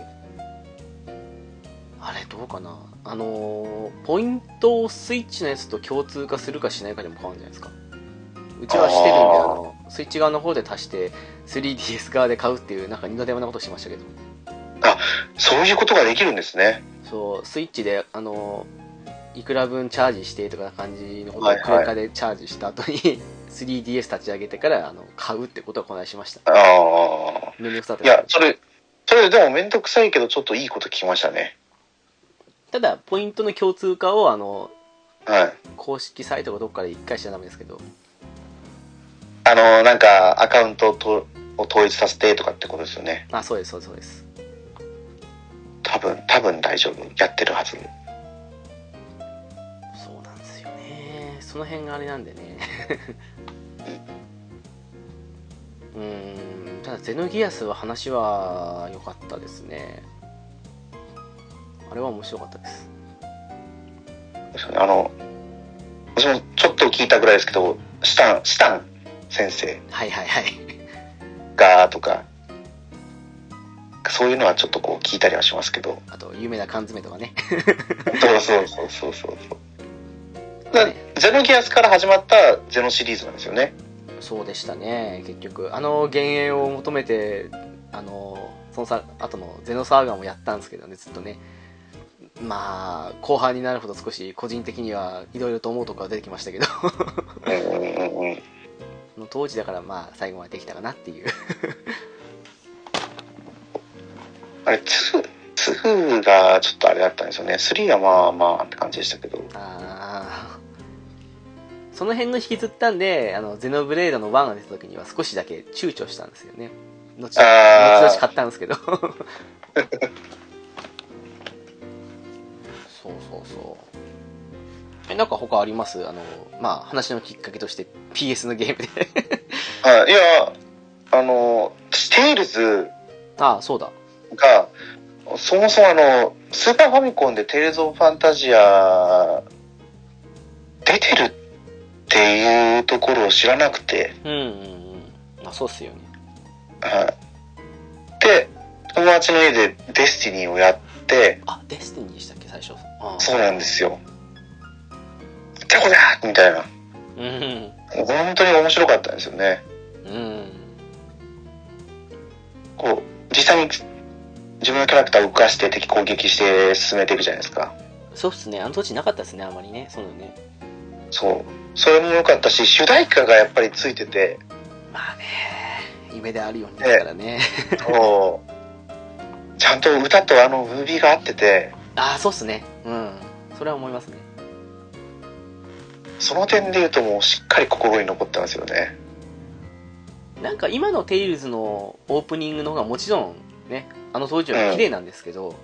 A: あれどうかなあのーポイントをスイッチのやつと共通化するかしないかでも変わるんじゃないですかうちはしてるんであ
B: あー
A: のスイッチ側の方で足して 3DS 側で買うっていうなんか二度手間なことしてましたけど
B: そういうことができるんですね。
A: そうスイッチであのーいくら分チャージしてとかな感じのことを
B: はい
A: ク
B: はい
A: レカでチャージした後に 3DS 立ち上げてからあの買うってことはこないしました
B: ああ。
A: めんどくさかっ
B: い
A: た
B: や、
A: です
B: それ、それでもめんどくさいけど、ちょっといいこと聞きましたね。
A: ただポイントの共通化をあの
B: はい。
A: 公式サイトかどっかで一回しちゃダメですけど
B: あの、なんか、アカウントをとを統一させてとかってことですよね。
A: あそうですそうですそうです
B: 多分、多分大丈夫。やってるはず。
A: そうなんですよねその辺があれなんでね うーんただゼノギアスは話は良かったですねあれは面白かったです
B: ですよねあの、私もちょっと聞いたぐらいですけど、シタン、シタン先生
A: はいはいはい
B: が、とか、そういうのはちょっとこう聞いたりはしますけど、
A: あと有名な缶詰とかね
B: そうそうそうそうそうそう。だゼノギアスから始まったゼノシリーズなんですよね。
A: そうでしたね結局あの幻影を求めてあのそのさ後のゼノサーガーもやったんですけどねずっとねまあ後半になるほど少し個人的にはいろいろと思うところが出てきましたけど
B: うんうんうんうん。
A: その当時だからまあ最後までできたかなっていう
B: あれ、ツー、ツーがちょっとあれだったんですよね。スリーはまあまあって感じでしたけど。
A: あー その辺の引きずったんであのゼノブレードの1が出た時には少しだけ躊躇したんですよね後々
B: あー
A: 後々買ったんですけど そうそうそうえなんか他ありますあのまあ話のきっかけとして PS のゲームで
B: はい、いや、あの、ステイルズ
A: ああそうだ
B: が、そもそもあの、スーパーファミコンでテイルズ・オブ・ファンタジア出てるっていうところを知らなくて、
A: うんうんうんあそうっすよね
B: はい。で、友達の家でデスティニーをやって、
A: あデスティニーでしたっけ最初あー
B: そうなんですよ。ってこりゃみたいな。
A: うん
B: 本当に面白かったんですよね。
A: うん
B: こう、実際に自分のキャラクターを動かして敵攻撃して進めていくじゃないですか。
A: そうっすねあの当時なかったですねあんまりねそうだよね
B: そう。それも良かったし、主題歌がやっぱりついてて、
A: まあね夢であるようにですからね、
B: そうちゃんと歌とあのムービーが合ってて、
A: ああそうっすねうんそれは思いますね
B: その点で言うともうしっかり心に残ってますよね。
A: なんか今の「テイルズのオープニングの方がもちろんねあの当時は綺麗なんですけど、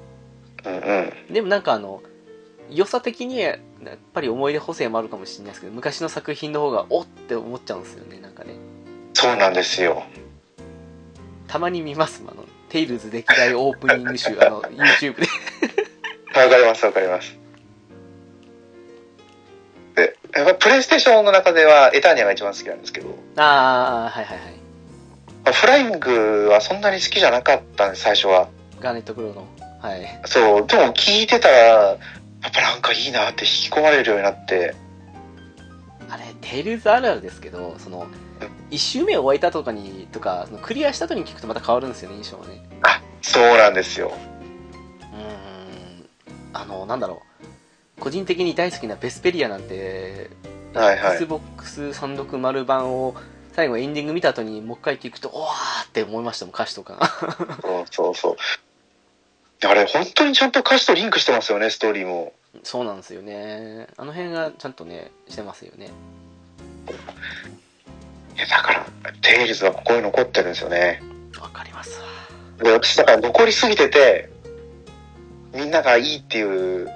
B: うんうん。
A: でもなんかあの良さ的にやっぱり思い出補正もあるかもしれないですけど昔の作品の方がおっって思っちゃうんですよねなんかね
B: そうなんですよ。
A: たまに見ますあの「テイルズ歴代オープニング集」あの YouTube で
B: わかりますわかります。で、やっぱプレイステーションの中ではエターニアが一番好きなんですけど、
A: ああはいはいはい
B: フライングはそんなに好きじゃなかったんです、最初は。
A: ガーネット・クローのはい
B: そう、でも聞いてたら、やっぱなんかいいなって引き込まれるようになって、
A: あれ、テイルズあるあるですけど、その、1周目を終えたとかに、とか、そのクリアした後に聞くとまた変わるんですよね、印象がね。
B: あ、そうなんですよ。
A: うーん。あの、なんだろう。個人的に大好きなベスペリアなんて、
B: はいはい
A: Xbox360 版を最後エンディング見た後にもう一回聞くと、おわーって思いましたもん、歌詞とか が。
B: そうそうそう。あれ、本当にちゃんと歌詞とリンクしてますよね、ストーリーも。
A: そうなんですよね。あの辺がちゃんとね、してますよね。
B: いや、だから、テイルズはここに残ってるんですよね。
A: わかりますわ。
B: で、私、だから残りすぎてて、みんながいいっていう、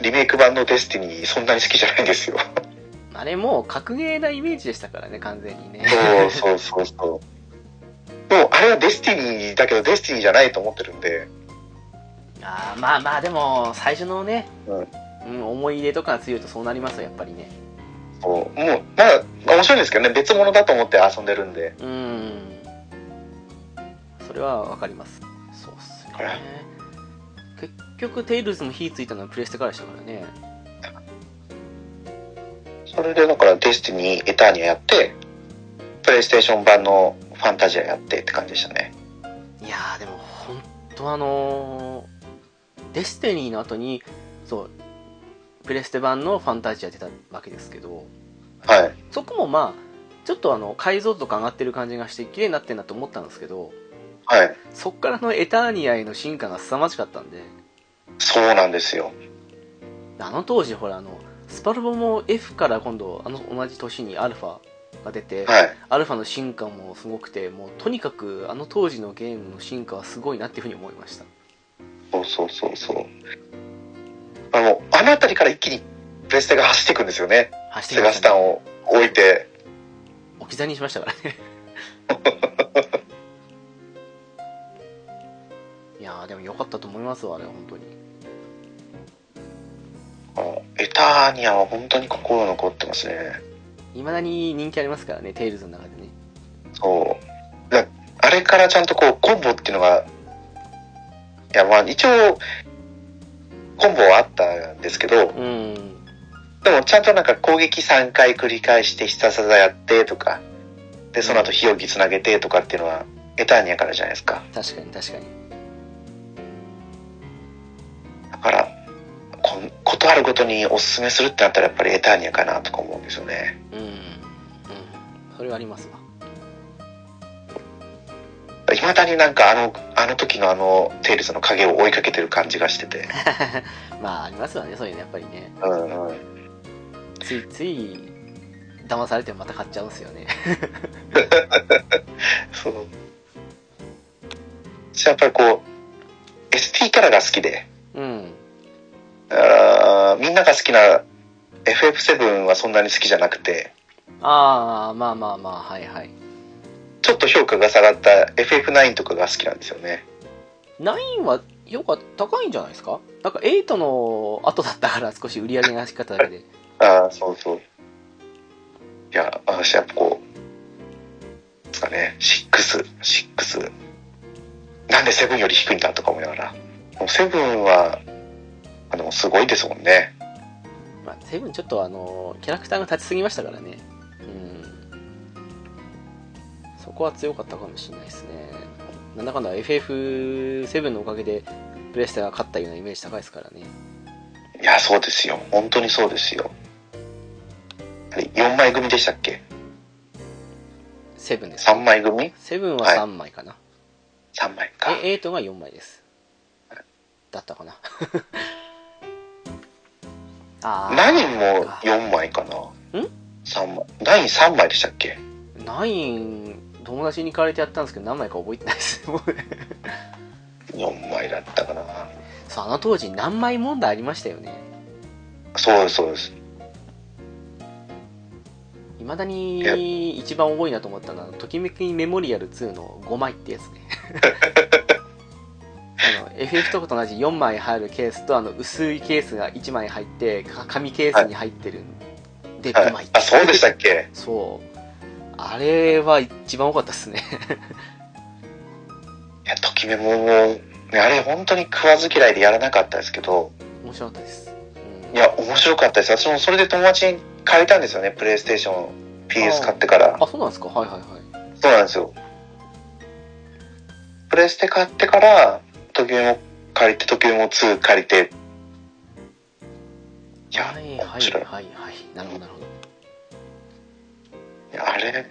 B: リメイク版のデスティニー、そんなに好きじゃないんですよ。
A: あれもう格ゲーなイメージでしたからね、完全にね。
B: そうそうそうそう。 もう、あれはデスティニーだけど、デスティニーじゃないと思ってるんで、
A: あーまあまあでも最初のね、
B: うん
A: うん思い入れとかが強いとそうなりますよやっぱりね
B: こうもう、まあ、面白いんですけどね、別物だと思って遊んでるんで。
A: うんそれはわかりますそうっす
B: あれ
A: ね結局テイルズも火ついたのはプレステからでしたからね
B: それで、だから、デスティニー、エターニアやって、プレイステーション版のファンタジアやってって感じでしたね。
A: いやーでも本当あのーデスティニーの後にそうプレステ版のファンタジア出たわけですけど
B: はい。
A: そこもまあちょっとあの解像度が上がってる感じがして綺麗になってんなと思ったんですけど
B: はい。
A: そっからのエターニアへの進化が凄まじかったんで
B: そうなんですよ。
A: あの当時ほらあのスパルボも F から今度あの同じ年にアルファが出て、
B: はい。
A: アルファの進化もすごくてもうとにかくあの当時のゲームの進化はすごいなっていうふうに思いました
B: そうそうそうそう。あの、あの辺りから一気にプレステが走っていくんですよね。
A: 走
B: セガスタンを置いて。
A: 置き去りにしましたからね いやーでも良かったと思いますわあれは本当に
B: あのエターニアは本当に心残ってますね。
A: いまだに人気ありますからねテイルズの中でね
B: そう。だあれからちゃんとこう、コンボっていうのが、いや、まあ一応、コンボはあったんですけど、
A: うん
B: でもちゃんとなんか攻撃3回繰り返して必殺技やってとか、で、その後火をつなげてとかっていうのは、エターニアからじゃないですか。
A: 確かに確かに
B: だから、こんことあるごとにおすすめするってなったらやっぱりエターニアかなとか思うんですよね。
A: うんうんそれはありますわ
B: いまだになんかあの、あの時のあの、テイルズの影を追いかけてる感じがしてて。
A: まあありますわねそういうのやっぱりね
B: うんうん。
A: ついつい騙されてまた買っちゃうんですよね
B: そう。私やっぱりこう、ST キャラが好きで、
A: うん
B: あーみんなが好きな FF7 はそんなに好きじゃなくて、
A: ああまあまあまあはいはい
B: ちょっと評価が下がった FF9 とかが好きなんですよね。
A: 9はよか高いんじゃないですかなんか8の後だったから少し売り上げが低かっただ けで
B: ああ、そうそう。いや、私やっぱこう、なんですかね、6、6、なんで7より低いんだとか思いながら。もう7は、あの、すごいですもんね。
A: まあ、セブンちょっとあのキャラクターが立ちすぎましたからねうんそこは強かったかもしれないですねなんだかんだ FF7 のおかげでプレステが勝ったようなイメージ高いですからね
B: いや、そうですよ。本当にそうですよ。あれ、4枚組でしたっけ
A: 7です
B: ?3 枚組
A: 7は3枚かな、
B: ?3 枚か。
A: え8が4枚ですだったかな あ
B: ナインも4枚かな。
A: ん
B: ?3 枚。ナイン3枚でしたっけ
A: ナイン友達に借りてやったんですけど何枚か覚えてないです もうね
B: ?4 枚だったかな。
A: そうあの当時何枚問題ありましたよね
B: そうです、そうです。
A: いまだに一番多いなと思ったのは「ときめきメモリアル2」の5枚ってやつね あの FF とかと同じ4枚入るケースとあの薄いケースが1枚入ってか紙ケースに入ってるんで
B: は
A: 5枚
B: い、あ、そうでしたっけ
A: そうあれは一番多かったっすね
B: いや、ときめももう、ね、あれ本当に食わず嫌いでやらなかったですけど、
A: 面白かったです、うん
B: いや、面白かったです。私もそれで友達に借りたんですよね、プレイステーション、PS 買ってから。
A: あそうなんですかはいはいはい
B: そうなんですよ。プレステ買ってから、ときめも借りて、ときめも2借りて。いや、
A: はいはい
B: 面白い。
A: はいはいなるほどなるほど
B: いやあれ、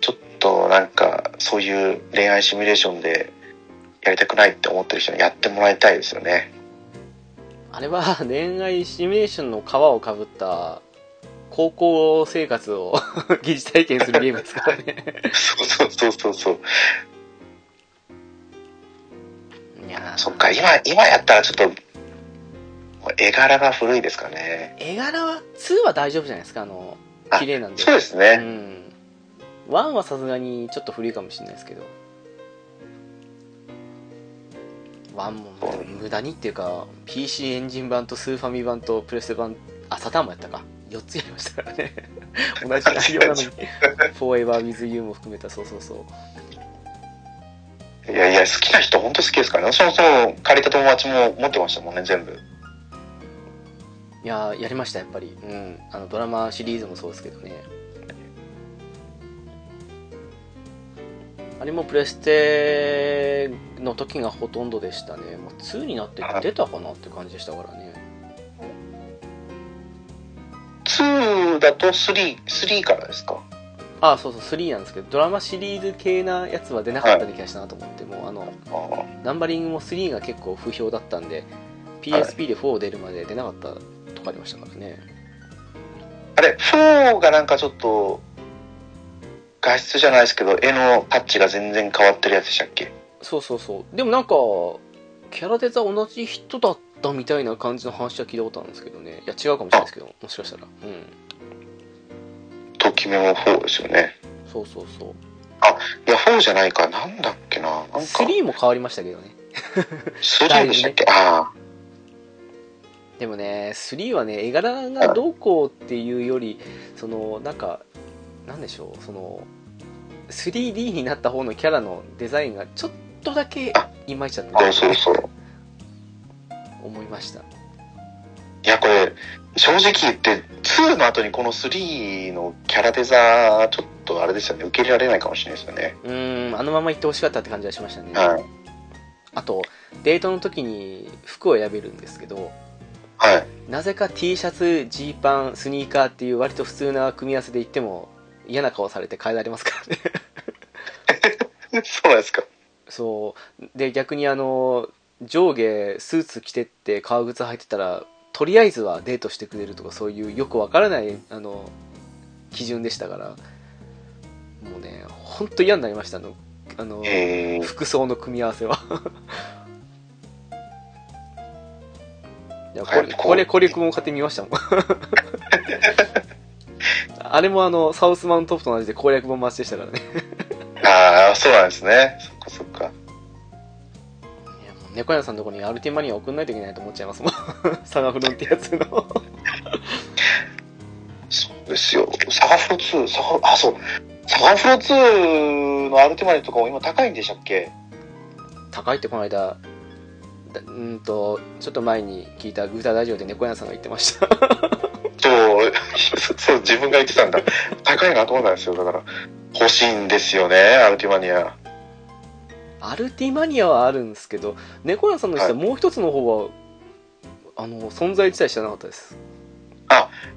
B: ちょっとなんか、そういう恋愛シミュレーションで、やりたくないって思ってる人にやってもらいたいです よね。
A: あれは恋愛シミュレーションの皮をかぶった高校生活を 疑似体験するゲームですからね
B: そうそうそうそうそう。
A: いやー
B: そっか、今、今やったらちょっと、もう絵柄が古いですかね。
A: 絵柄は2は大丈夫じゃないですかあの
B: あ
A: 綺麗なんで
B: そうです
A: う
B: ね。
A: ん1はさすがにちょっと古いかもしれないですけど1も
B: そう
A: 無駄にっていうか PC エンジン版とスーファミ版とプレステ版あサターンもやったか4つやりましたからね 同じ内容なの にフォーエバー・ウィズ・ユーも含めたそうそうそう
B: いやいや、好きな人本当好きですからね。そもそも借りた友達も持ってましたもんね、全部。
A: いやーやりましたやっぱり、うん、あのドラマシリーズもそうですけどねあれもプレステの時がほとんどでしたねもう2になって出たかなって感じでしたからね
B: 2だと3、3からですか。
A: あそうそう3なんですけどドラマシリーズ系なやつは出なかった気がしたなと思って、もうあの
B: あー
A: ナンバリングも3が結構不評だったんで PSP で4出るまで出なかったとかありましたからね、
B: あれ4がなんかちょっと画質じゃないですけど絵のタッチが全然変わってるやつでしたっけ
A: そうそうそうでもなんかキャラデザ同じ人だったみたいな感じの話は聞いたことあるんですけどねいや違うかもしれないですけどもしかしたらうん
B: ときめも4ですよね
A: そうそうそう
B: いや4じゃないかなんだっけななんか
A: 3も変わりましたけどね
B: 3でしたっけあ
A: でもね3はね絵柄がどうこうっていうよりそのなんかなんでしょうその 3D になった方のキャラのデザインがちょっとだけいまいちだった
B: あ
A: な
B: そうそうそう
A: 思いました
B: いやこれ正直言って2の後にこの3のキャラデザちょっとあれですよね受け入れられないかもしれないですよね
A: うーんあのまま行ってほしかったって感じがしましたね
B: はい
A: あとデートの時に服を選べるんですけど
B: はい
A: なぜか T シャツジーパンスニーカーっていう割と普通な組み合わせで行っても嫌な顔されて変えられますからね
B: そうなんですか
A: そうで逆にあの上下スーツ着てって革靴履いてたらとりあえずはデートしてくれるとかそういうよくわからないあの基準でしたからもうねほんと嫌になりましたあのあの
B: へえ
A: 服装の組み合わせはいやこ
B: は
A: れ
B: い
A: これ攻略も買ってみましたもんあれもあのサウスマウントップと同じで攻略本待ちでしたからね
B: ああそうなんですねそっかそっか
A: いやもう猫屋さんのとこにアルティマニア送んないといけないと思っちゃいますもんサガフロンティア2の
B: そうですよサガフロ2サガあそうサガフロ2のアルティマリとかも今高いんでしたっけ
A: 高いってこの間だうーんとちょっと前に聞いたグータラジオで猫屋さんが言ってました
B: そう、 そう、自分が言ってたんだ。高いなと思ったんですよ。だから、欲しいんですよね、アルティマニア。
A: アルティマニアはあるんですけど猫屋さんの実はもう一つの方は、あの存在自体知らなかったです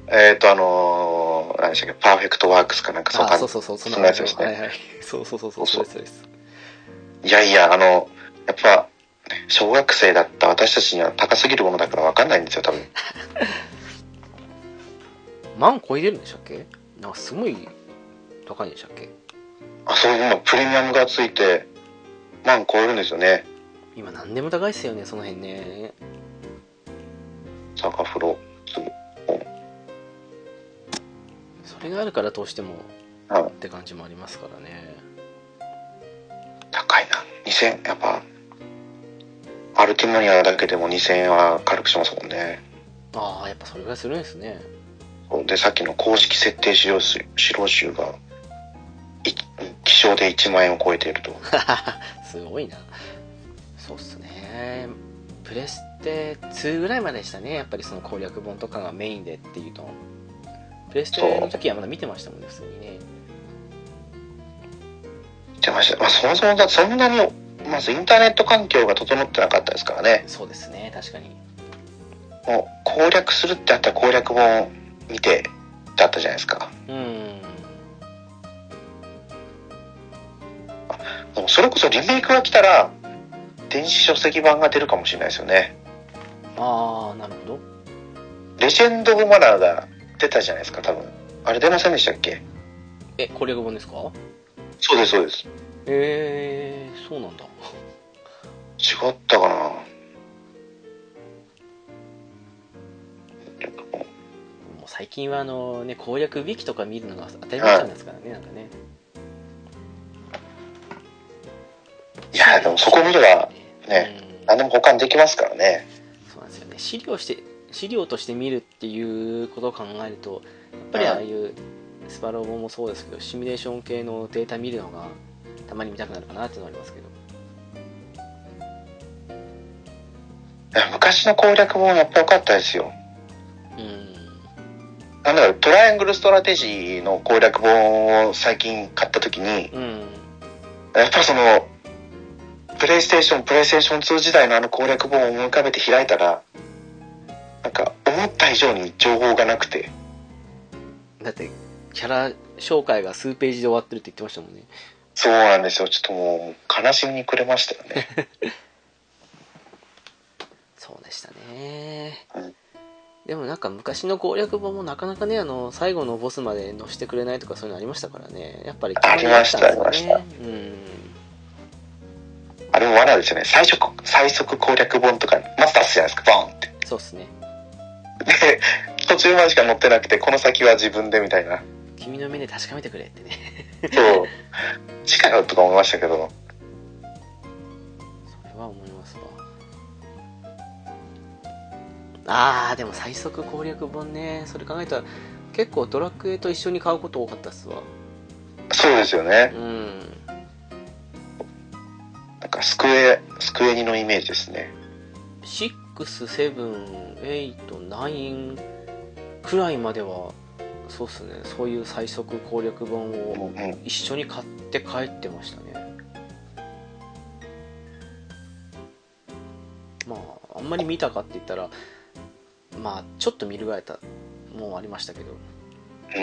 B: えっ、と、あのー何でしたっけ、パーフェクトワークスかなんかそう
A: あ
B: か
A: そうそうそうそんな
B: そんなやつですね
A: はい はいそうそうそうそうそうですそうです
B: いやいや、あの、やっぱ、小学生だった私たちには高すぎるものだから分かんないんですよ、多分。
A: 万超えてるんでしたっけなんかすごい高いんでしたっけ
B: あ、そう、今、プレミアムがついて、万超えるんですよね、
A: 今何でも高いっすよねその辺ね
B: サガフロ。
A: それがあるからどうしても
B: はい
A: って感じもありますからね
B: 高いな。2000、やっぱ、アルティマニアだけでも2000円は軽くしますもんね。
A: ああやっぱそれぐらいするんですね
B: で、さっきの公式設定使用数使用集が、い希少で1万円を超えていると。
A: すごいなそうっすねプレステ2ぐらいまででしたねやっぱりその攻略本とかがメインでっていうとプレステの時はまだ見てましたもんね普通にね
B: 言ってました。まあ、そもそもがそんなに、まずインターネット環境が整ってなかったですからね。
A: そうですね確かに
B: もう、攻略するってあったら攻略本を見て、だったじゃないですか。
A: うん
B: でもそれこそリメイクが来たら、電子書籍版が出るかもしれないですよね。
A: ああなるほど
B: レジェンド・オブ・マナーが出たじゃないですか、多分。あれ出ませんでしたっけ
A: え攻略本ですか
B: そうです、そうです。
A: えー、そうなんだ
B: 違ったかな
A: もう最近はあのね攻略ウィキとか見るのが当たり前なんですからね、なんかね
B: いや、でもそこ見れば、ね、
A: うん
B: 何でも保管できますからね。
A: そうなんですよね資料して資料として見るっていうことを考えるとやっぱりああいうスパロボもそうですけどシミュレーション系のデータ見るのがたまに見たくなるかなっていうのはありますけど
B: いや昔の攻略本やっぱ良かったですよ。
A: うん
B: なんだろう、トライアングルストラテジーの攻略本を最近買った時に、
A: うん
B: やっぱりその、プレイステーション、プレイステーション2時代のあの攻略本を思い浮かべて開いたら、なんか思った以上に情報がなくて、
A: だってキャラ紹介が数ページで終わってるって言ってましたもんね。
B: そうなんですよ。ちょっともう、悲しみに暮れましたよ ね。
A: そうでしたね
B: うん。
A: でもなんか昔の攻略本もなかなかね、あの、最後のボスまで乗せてくれないとかそういうのありましたからね。やっぱり
B: ありました
A: 気になっんですよね
B: あれも罠ですよね。最初、最速攻略本とか、まず出すじゃないですか、ボンって。
A: うん。そうっすね。
B: で、途中までしか載ってなくて、この先は自分でみたいな。
A: 君の目で確かめてくれってね。
B: そう。近いよとか思いましたけど。
A: それは思いますわ。あー、でも最速攻略本ね。それ考えたら、結構ドラクエと一緒に買うこと多かったっすわ。
B: そうですよね
A: う。ん。
B: なんか、スクエ、スクエニのイメージですね。
A: 6、7、8、9くらいまでは、そうっすね、そういう最速攻略本
B: うん
A: を
B: うん。
A: 一緒に買って帰ってましたね。まあ、あんまり見たかって言ったら、まあ、ちょっと見るぐらいだったもうありましたけど、
B: うん。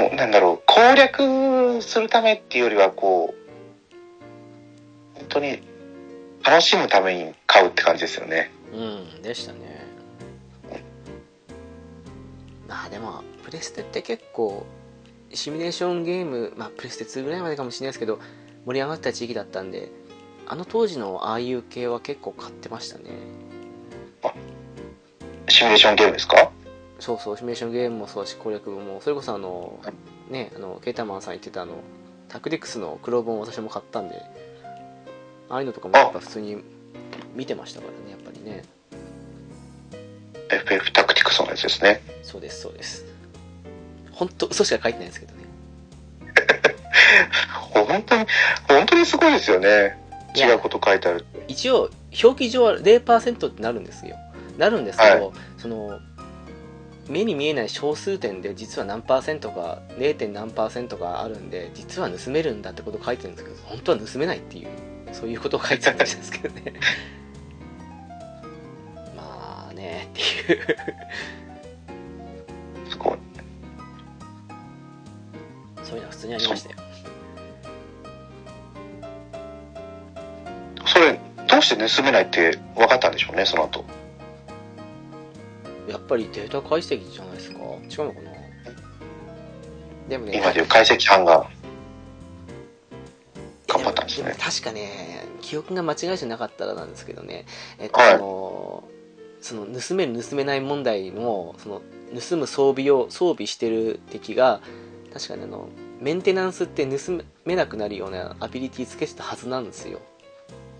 B: でも、なんだろう、攻略するためっていうよりは、こう、本当に楽しむために買うって感じですよね。
A: うん、でしたね。まあでも、プレステって結構、シミュレーションゲーム、まあプレステ2ぐらいまでかもしれないですけど、盛り上がった地域だったんで、あの当時のああいう系は結構買ってましたね。
B: シミュレーションゲームですか
A: そうそう、シミュレーションゲームもそうだし、攻略本も、それこそあの、ね、あの、ケータマンさん言ってたあの、タクティクスの黒本を私も買ったんで、ああいうのとかもやっぱ普通に見てましたからね、やっぱりね。
B: ?FF タクティクスのやつですね。
A: そうです、そうです。本当嘘しか書いてないんですけどね。
B: 本当に、本当にすごいですよね。
A: いや
B: 違うこと書いてあるって。
A: 一応表記上は0%ってなるんですよなるんですけど、その目に見えない小数点で実は何パーセントか 0. 何パーセントかあるんで実は盗めるんだってことを書いてるんですけど本当は盗めないっていうそういうことを書いてあるんですけどね まあねっていう
B: すごい。
A: そういうのは普通にありましたよ
B: それ、どうして盗めないって分かったんでしょうね、その後。
A: やっぱりデータ解析じゃないですか違うのかなでもね
B: 今でいう解析班が。頑張ったんですね
A: もも確かね記憶が間違いじゃなかったらなんですけどねえっと、
B: はい
A: あのその盗める盗めない問題のその盗む装備を装備してる敵が確かにあのメンテナンスって盗めなくなるようなアビリティつけてたはずなんですよ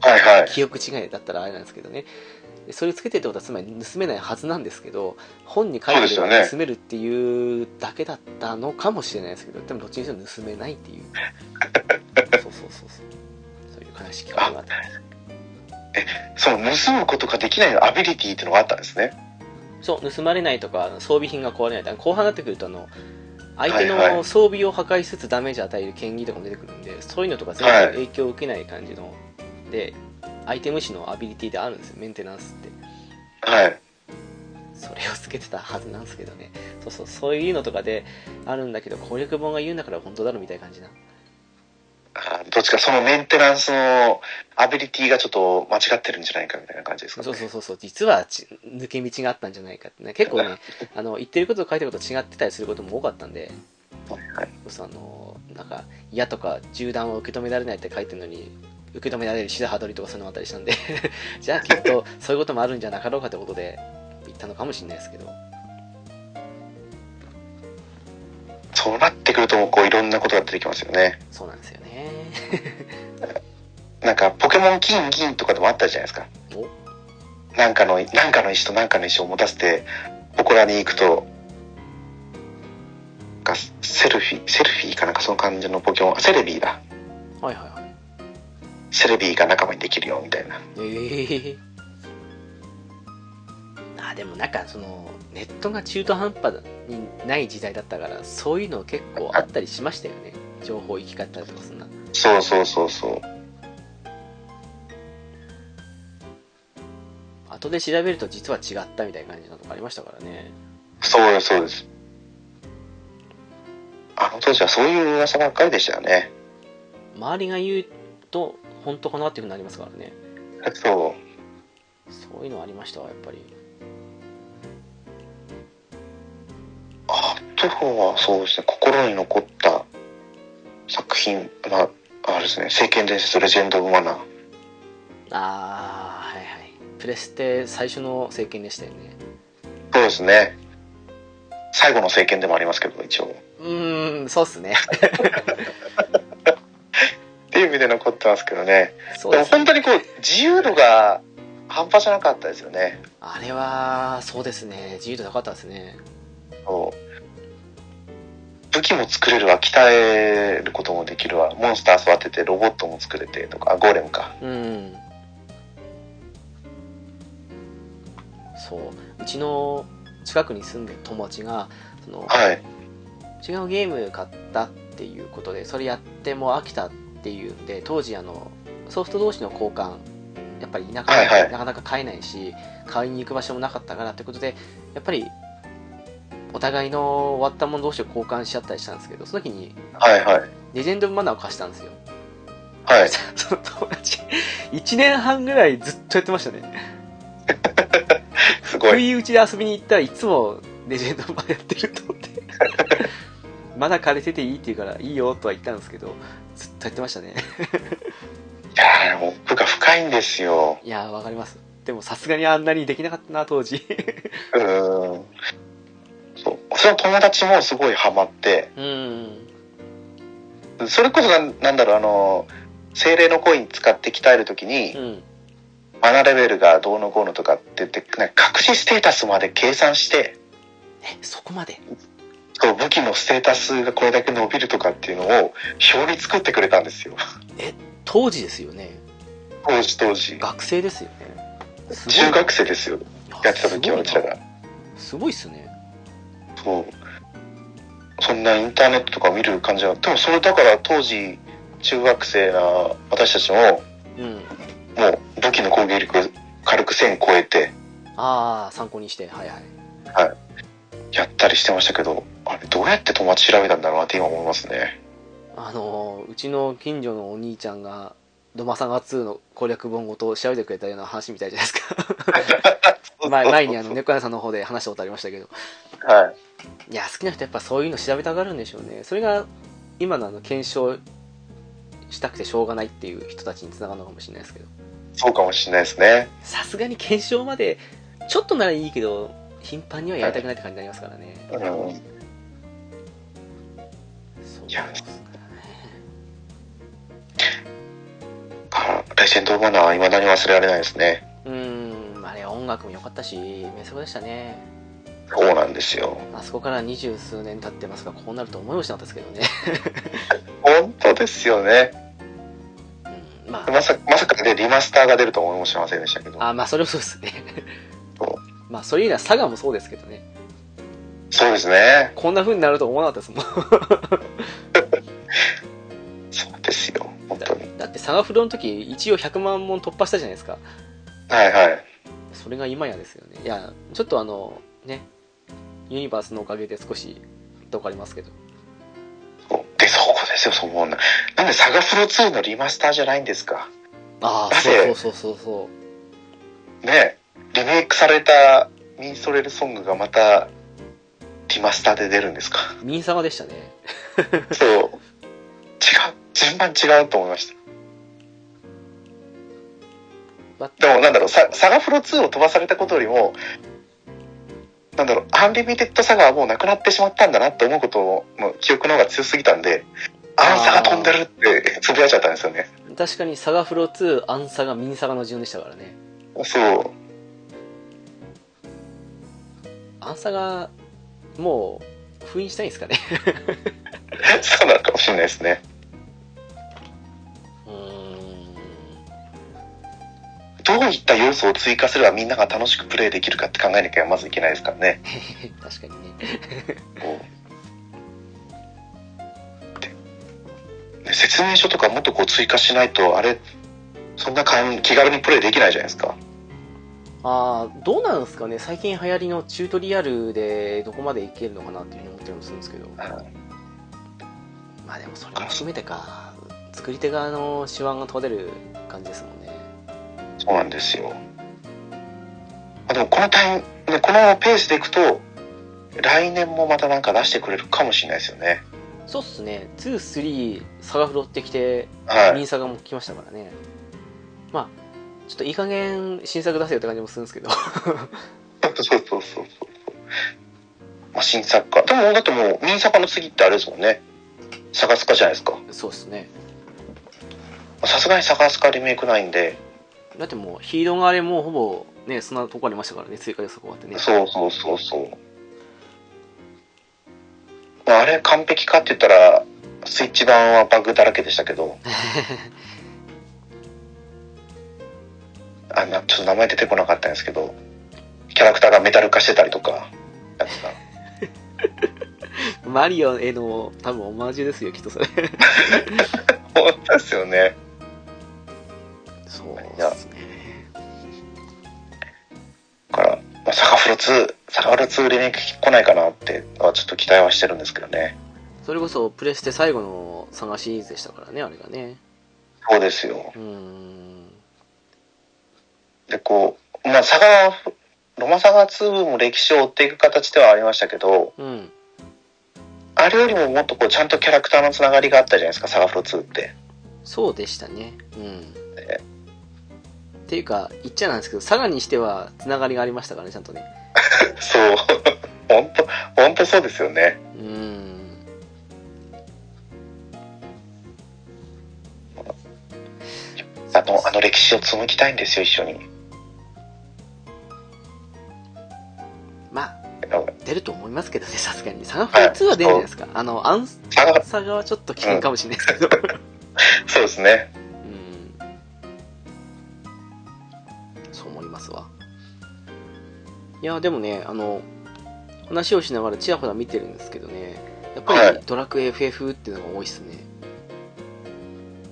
B: はいはい。
A: 記憶違いだったらあれなんですけどねでそれつけてるってことはつまり盗めないはずなんですけど本に書いてる
B: そうですよ
A: ば
B: ね
A: 盗めるっていうだけだったのかもしれないですけどでもどっちにしろ盗めないっていうそうそうそうそうそういう悲しきことがあった
B: その盗むことができないのアビリティっていうのがあったんですね。
A: そう盗まれないとか装備品が壊れないとか後半になってくるとあの相手
B: はいは
A: の
B: い
A: 装備を破壊しつつダメージを与える剣技とかも出てくるんで、そういうのとか全
B: はい
A: 然影響を受けない感じの、でアイテム種のアビリティであるんですよメンテナンスって
B: はい。
A: それをつけてたはずなんですけどねそうそうそういうのとかであるんだけど攻略本が言うんだから本当だろみたいな感じな
B: あーどっちかそのメンテナンスのアビリティがちょっと間違ってるんじゃないかみたいな感じですかね。
A: そうそうそうそう実はち抜け道があったんじゃないかってね結構ねあの言ってることと書いてること違ってたりすることも多かったんで
B: はい
A: そあのなんか矢とか銃弾を受け止められないって書いてるのに受け止められるシダハドリとかそういうのもあったりしたんで じゃあきっとそういうこともあるんじゃなかろうかってことで言ったのかもしれないですけど
B: そうなってくるともうこういろんなことが出てきますよね。
A: そうなんですよね
B: なんかポケモン金銀とかでもあったじゃないですか。
A: お
B: なんかの、なんかの石となんかの石を持たせて、ポコラに行くと、なんかセルフィ、セルフィかなんかその感じのポケモン、あセレビーだ。
A: はいはいはい
B: セレビーが仲間にできるよみたいな。
A: ええあでもなんかそのネットが中途半端にない時代だったからそういうの結構あったりしましたよね情報行き交ったりとかそんな
B: そうそうそうそう。
A: 後で調べると実は違ったみたいな感じのとかありましたからね
B: そうです、そうです。あの当時はそういう噂ばっかりでしたよね。
A: 周りが言うと本当かなっていうふうになりますからね
B: そ
A: そういうのありましたわやっぱり
B: う。あとはそうですね、心に残った作品、まあ、あれですね、聖剣伝説レジェンド・オブ・マナー。
A: ああはいはいプレステ最初の政権でしたよね
B: そうですね。最後の聖剣でもありますけど、一応。
A: うーんそうっすね
B: っていう意味で残ってますけどね。
A: そう
B: で
A: で
B: も
A: すね
B: 本当にこう、自由度が半端じゃなかったですよね。
A: あれはそうですね自由度高かったですね
B: そう武器も作れるわ、鍛えることもできるわ、モンスター育ててロボットも作れてとか、あゴーレムか。
A: うんそううちの近くに住んでる友達がその
B: はい。
A: 違うゲーム買ったっていうことでそれやっても飽きたっていうんで当時あのソフト同士の交換やっぱり田舎で、
B: はいはい
A: なかなか買えないし買いに行く場所もなかったからってことでやっぱりお互いの終わったもの同士を交換しちゃったりしたんですけどその時に
B: はいはい。
A: レジェンド・オブ・マナーを貸したんですよ
B: はい。
A: その友達1年半ぐらいずっとやってましたね
B: すご
A: 不
B: い。
A: 意打ちで遊びに行ったらいつもレジェンドオブマナーやってると思ってまだ借りてていいって言うからいいよとは言ったんですけどずっとやってましたね
B: いやー、もう奥が深いんですよ。
A: いやーわかりますでもさすがにあんなにできなかったな当時
B: うーん。そう。その友達もすごいハマって、
A: うん
B: それこそなんなんだろう、あの、精霊のコイン使って鍛えるときに
A: う、ん
B: マナレベルがどうのこうのとかって言って、なんか隠しステータスまで計算して、
A: えそこまで
B: そう武器のステータスがこれだけ伸びるとかっていうのを表に作ってくれたんですよ
A: 当時ですよね
B: 当時当時
A: 学生ですよねすごい
B: 中学生ですよやってた時はい
A: や
B: う
A: す
B: ち
A: ご
B: ら
A: いな
B: が
A: すごいっすね
B: そうそんなインターネットとか見る感じはでもそれだから当時中学生な私たちも
A: うん
B: もう武器の攻撃力軽く1000超えて
A: ああ参考にしてはいはい
B: やったりしてましたけどあれどうやって友達調べたんだろうなって今思いますね
A: あのーうちの近所のお兄ちゃんが「ドマサガ2」の攻略本ごと調べてくれたような話みたいじゃないですか 前前にあの猫屋さんの方で話したことありましたけど
B: はい
A: や好きな人やっぱそういうの調べたがるんでしょうねそれが今のあの検証したくてしょうがないっていう人たちにつながるのかもしれないですけど
B: いそうかもしれないですね
A: さすがに検証までちょっとならいいけど頻繁にはやりたくないって感じになりますからね、
B: うん
A: そう
B: い
A: で
B: や
A: すね
B: あレジェンド・オブ・マナーはいまだに忘れられないですね
A: うーんあれ音楽も良かったし名作でしたね
B: そうなんですよ
A: あそこから二十数年経ってますがこうなると思いもしなかったですけどね、
B: 本当ですよね
A: うん、ま
B: まさまさかでリマスターが出るとは思いもしませんでしたけど
A: ああまあそれもそう ですね
B: そ
A: まあそれ以来佐賀もそうですけどね
B: そうですね
A: こんな風になると思わなかったですも
B: そうですよ本当 に
A: んだって佐賀不動の時一応100万本突破したじゃないですか
B: はいはい
A: それが今やですよねいやちょっとあのねユニバースのおかげで少しどうかありますけど
B: そうでそこですよそこななんでサガフロ2のリマスターじゃないんですか
A: ああ
B: だっ
A: そう
B: て
A: そうそうそうそ
B: ねリメイクされたミンストレルソングがまたリマスターで出るんですか
A: うミンサガでしたね
B: そう違う順番違うと思いました
A: だっ
B: でもなんだろうササガフロ2を飛ばされたことよりもなんだろうアンリミテッドサガはもうなくなってしまったんだなって思うことの記憶の方が強すぎたんであのサガ飛んでるって つぶやいちゃったんですよね
A: 確かにサガフロ2アンサガミンサガの順でしたからね
B: そう
A: アンサガもう封印したいんですかね
B: そうなのかもしれないですね
A: うーん
B: どういった要素を追加すればみんなが楽しくプレイできるかって考えなきゃまずいけないですからね
A: 確かにね
B: こうで説明書とかもっとこう追加しないとあれそんな簡易気軽にプレイできないじゃないですか
A: ああどうなんですかね最近流行りのチュートリアルでどこまでいけるのかなっていうふうに思ってるんですけどまあでもそれも含めてか作り手側の手腕が問われる感じですもんね
B: そうなんですよ。あでもこのタイム、ねこのペースでいくと、来年もまたなんか出してくれるかもしれないですよね。
A: そうっすね23サガフロってきて
B: はい。
A: ミサガも来ましたからねまあちょっといい加減新作出せよって感じもするんですけ ど
B: そうそうそうそう。まあ、新作家。でも、だってもう、民作家の次ってあれですもんね。サガスカじゃないですか。ま
A: そうっすね
B: あさすがにサガスカリメイクないんで、
A: だってもうヒーローがあれもうほぼねそんなとこありましたからね追加予測終わってね
B: そうそうそうそう。まあ、あれ完璧かって言ったら、スイッチ版はバグだらけでした けど。あなちょっと名前出てこなかったんですけど、キャラクターがメタル化してたりとか、なんですか。
A: マリオへの多分オマージュですよきっとそれ
B: 本当ですよね。
A: そう
B: いや
A: っすね
B: だから、まあ、サガフロ2、サガフロ2リメイク来ないかなって、まあちょっと期待はしてるんですけどね。
A: それこそプレステ最後のサガシリーズでしたからねあれがね
B: そうですよ。
A: うーん
B: で、こう、まあ、サガ、ロマサガ2も歴史を追っていく形ではありましたけど、
A: うん
B: あれよりももっとこう、ちゃんとキャラクターのつながりがあったじゃないですか、サガフロ2って。
A: そうでしたねうん
B: ね
A: っていうか言っちゃなんですけどサガにしてはつながりがありましたからねちゃんとね
B: そう。 本当本当そうですよね
A: う。ーん
B: あの、あの歴史を紡ぎたいんですよ、一緒に。
A: まあ出ると思いますけどねさすがにサガフ
B: はい
A: ロ2は出るんじゃないですか、あのアン
B: サガ、
A: サガはちょっと危険かもしれないですけど
B: そうですね。
A: うんそう思いますわいやでもねあの話をしながらちらほら見てるんですけどねやっぱ
B: は
A: りドラクエ FF っていうのが多いっすね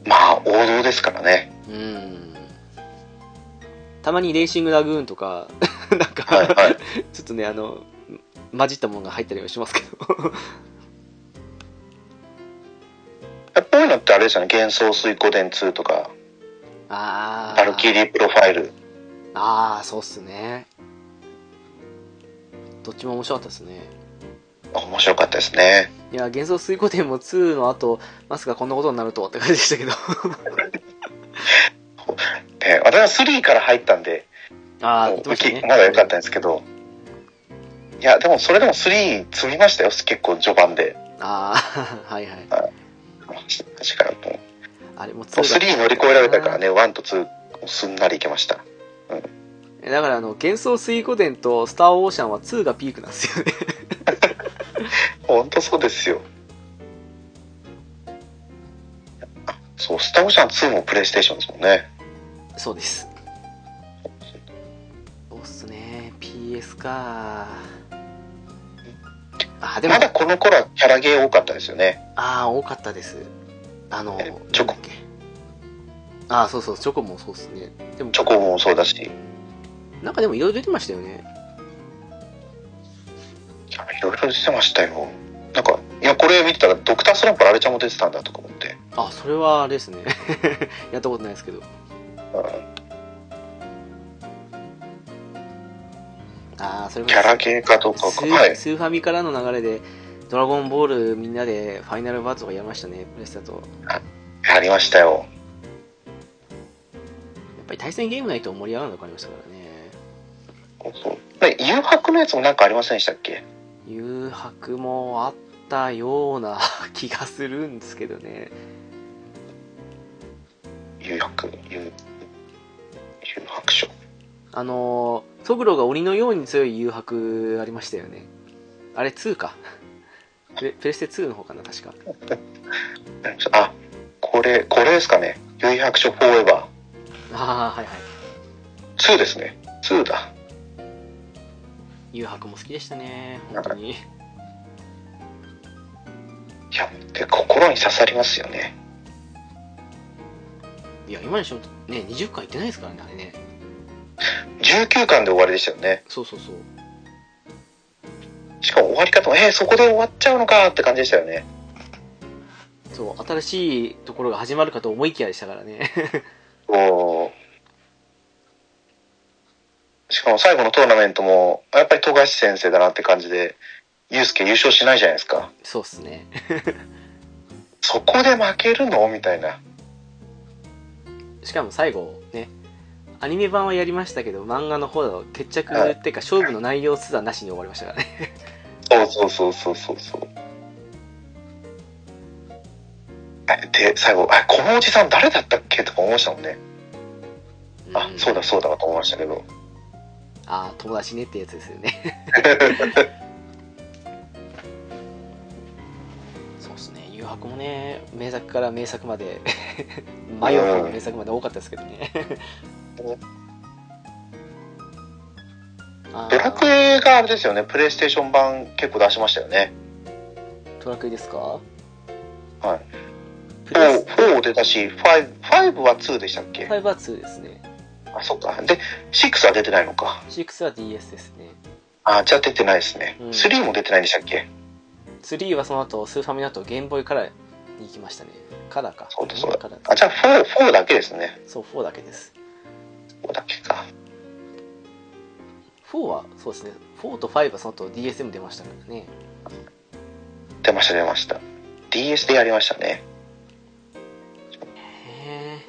B: まあ、王道ですからね。
A: うんたまにレーシングラグーンとか なんか、
B: はいはい。
A: ちょっとねあの混じったものが入ったりはしますけど
B: こういうのってあれですよね、幻想水湖伝2とか、
A: あー
B: バルキリープロファイル。
A: ああそうっすねどっちも面白かったですね
B: 面白かったですね。
A: いや幻想水滸伝も2の後まさかこんなことになるとはって感じでした けど
B: で私は3から入ったんで、
A: ああ言
B: もう
A: ってましたね
B: ウキまだ良かったんですけど、いや、でもそれでも3積みましたよ、結構序盤で。
A: ああ はいはい
B: 確からもうも
A: あれも
B: う3乗り越えられたからね、1と2すんなりいけました。
A: だからあの幻想水滸伝とスターオーシャンは2がピークなんです よね
B: 本当そうですよ。あそう、スターオーシャン2もプレイステーションですもんね。
A: そうですそうっすね PS かあーでも
B: まだこの頃はキャラゲー多かったですよね。
A: ああ多かったですあの
B: えチョコ
A: なんだっけああそうそうチョコもそうっすねでも
B: チョコもそうだし、い
A: なんかでもいろいろ出てましたよね
B: やいろいろ出てましたよ。なんか、いや、これ見てたら、ドクタースランプラレちゃんも出てたんだとか思って。
A: あそれはあれですね やったことないですけど
B: うん
A: ああそれも
B: キャラゲーかどうか
A: ス
B: か。
A: ー
B: はい。
A: スーファミからの流れで「ドラゴンボール」みんなでファイナルバーツをやりましたねプレステだと
B: やりましたよ。
A: やっぱり対戦ゲームないと盛り上がるのがありましたからね
B: そうで誘白のやつもなんかありませんでしたっけ
A: 誘白もあったような 気がするんですけどね
B: 誘白、誘、誘白書。
A: あのートグロが鬼のように強い誘白ありましたよねあれ2か プレプレステ2の方かな確か
B: あ、これ、これですかね。誘白書フォーエバ
A: ああはいはい
B: ー。2ですね。2だ。
A: 誘白も好きでしたね本当に
B: いや、で心に刺さりますよね。
A: いや今にしようね20回いってないですからねあれね
B: 19巻で終わりでしたよね。
A: そうそうそう
B: しかも終わり方も、えーそこで終わっちゃうのかって感じでしたよね。
A: そう、新しいところが始まるかと思いきやでしたからね。
B: こうしかも最後のトーナメントも、やっぱり富樫先生だなって感じで、ユうスケ優勝しないじゃないですか。
A: そうっすね。
B: そこで負けるのみたいな。
A: しかも最後、ね、アニメ版はやりましたけど、漫画の方だと決着
B: はい
A: っていうか、勝負の内容すらなしに終わりましたからね。
B: そうそうそうそうそうそう。で、最後、あ、このおじさん誰だったっけとか思いましたもんね。あ、
A: ん
B: そうだそうだと思いましたけど。
A: ああ、友達ねってやつですよね。そうっすね。誘白もね、名作から名作まで、迷う名作まで多かったですけどね。あー
B: ドラクエがあれですよね、プレイステーション版結構出しましたよね。
A: ドラクエですか
B: はい。
A: プレイス
B: 4、4出たし、5、5は2でしたっけ
A: 5は2ですね。
B: あ、そっか。で、6は出てないのか。
A: 6は DS ですね。
B: あ、じゃあ出てないですね。
A: うん
B: 3も出てないんでしたっけ
A: 3はその後、スーファミの後、ゲームボーイカラーに行きましたね。カラーか。
B: そうだそうだ
A: カラー
B: あ、じゃあ4、4だけですね。
A: そう、4だけです。
B: 4だけか。
A: 4は、そうですね。4と5はその後 DSM 出ましたからね。
B: 出ました出ました。DS でやりましたね。
A: へえ。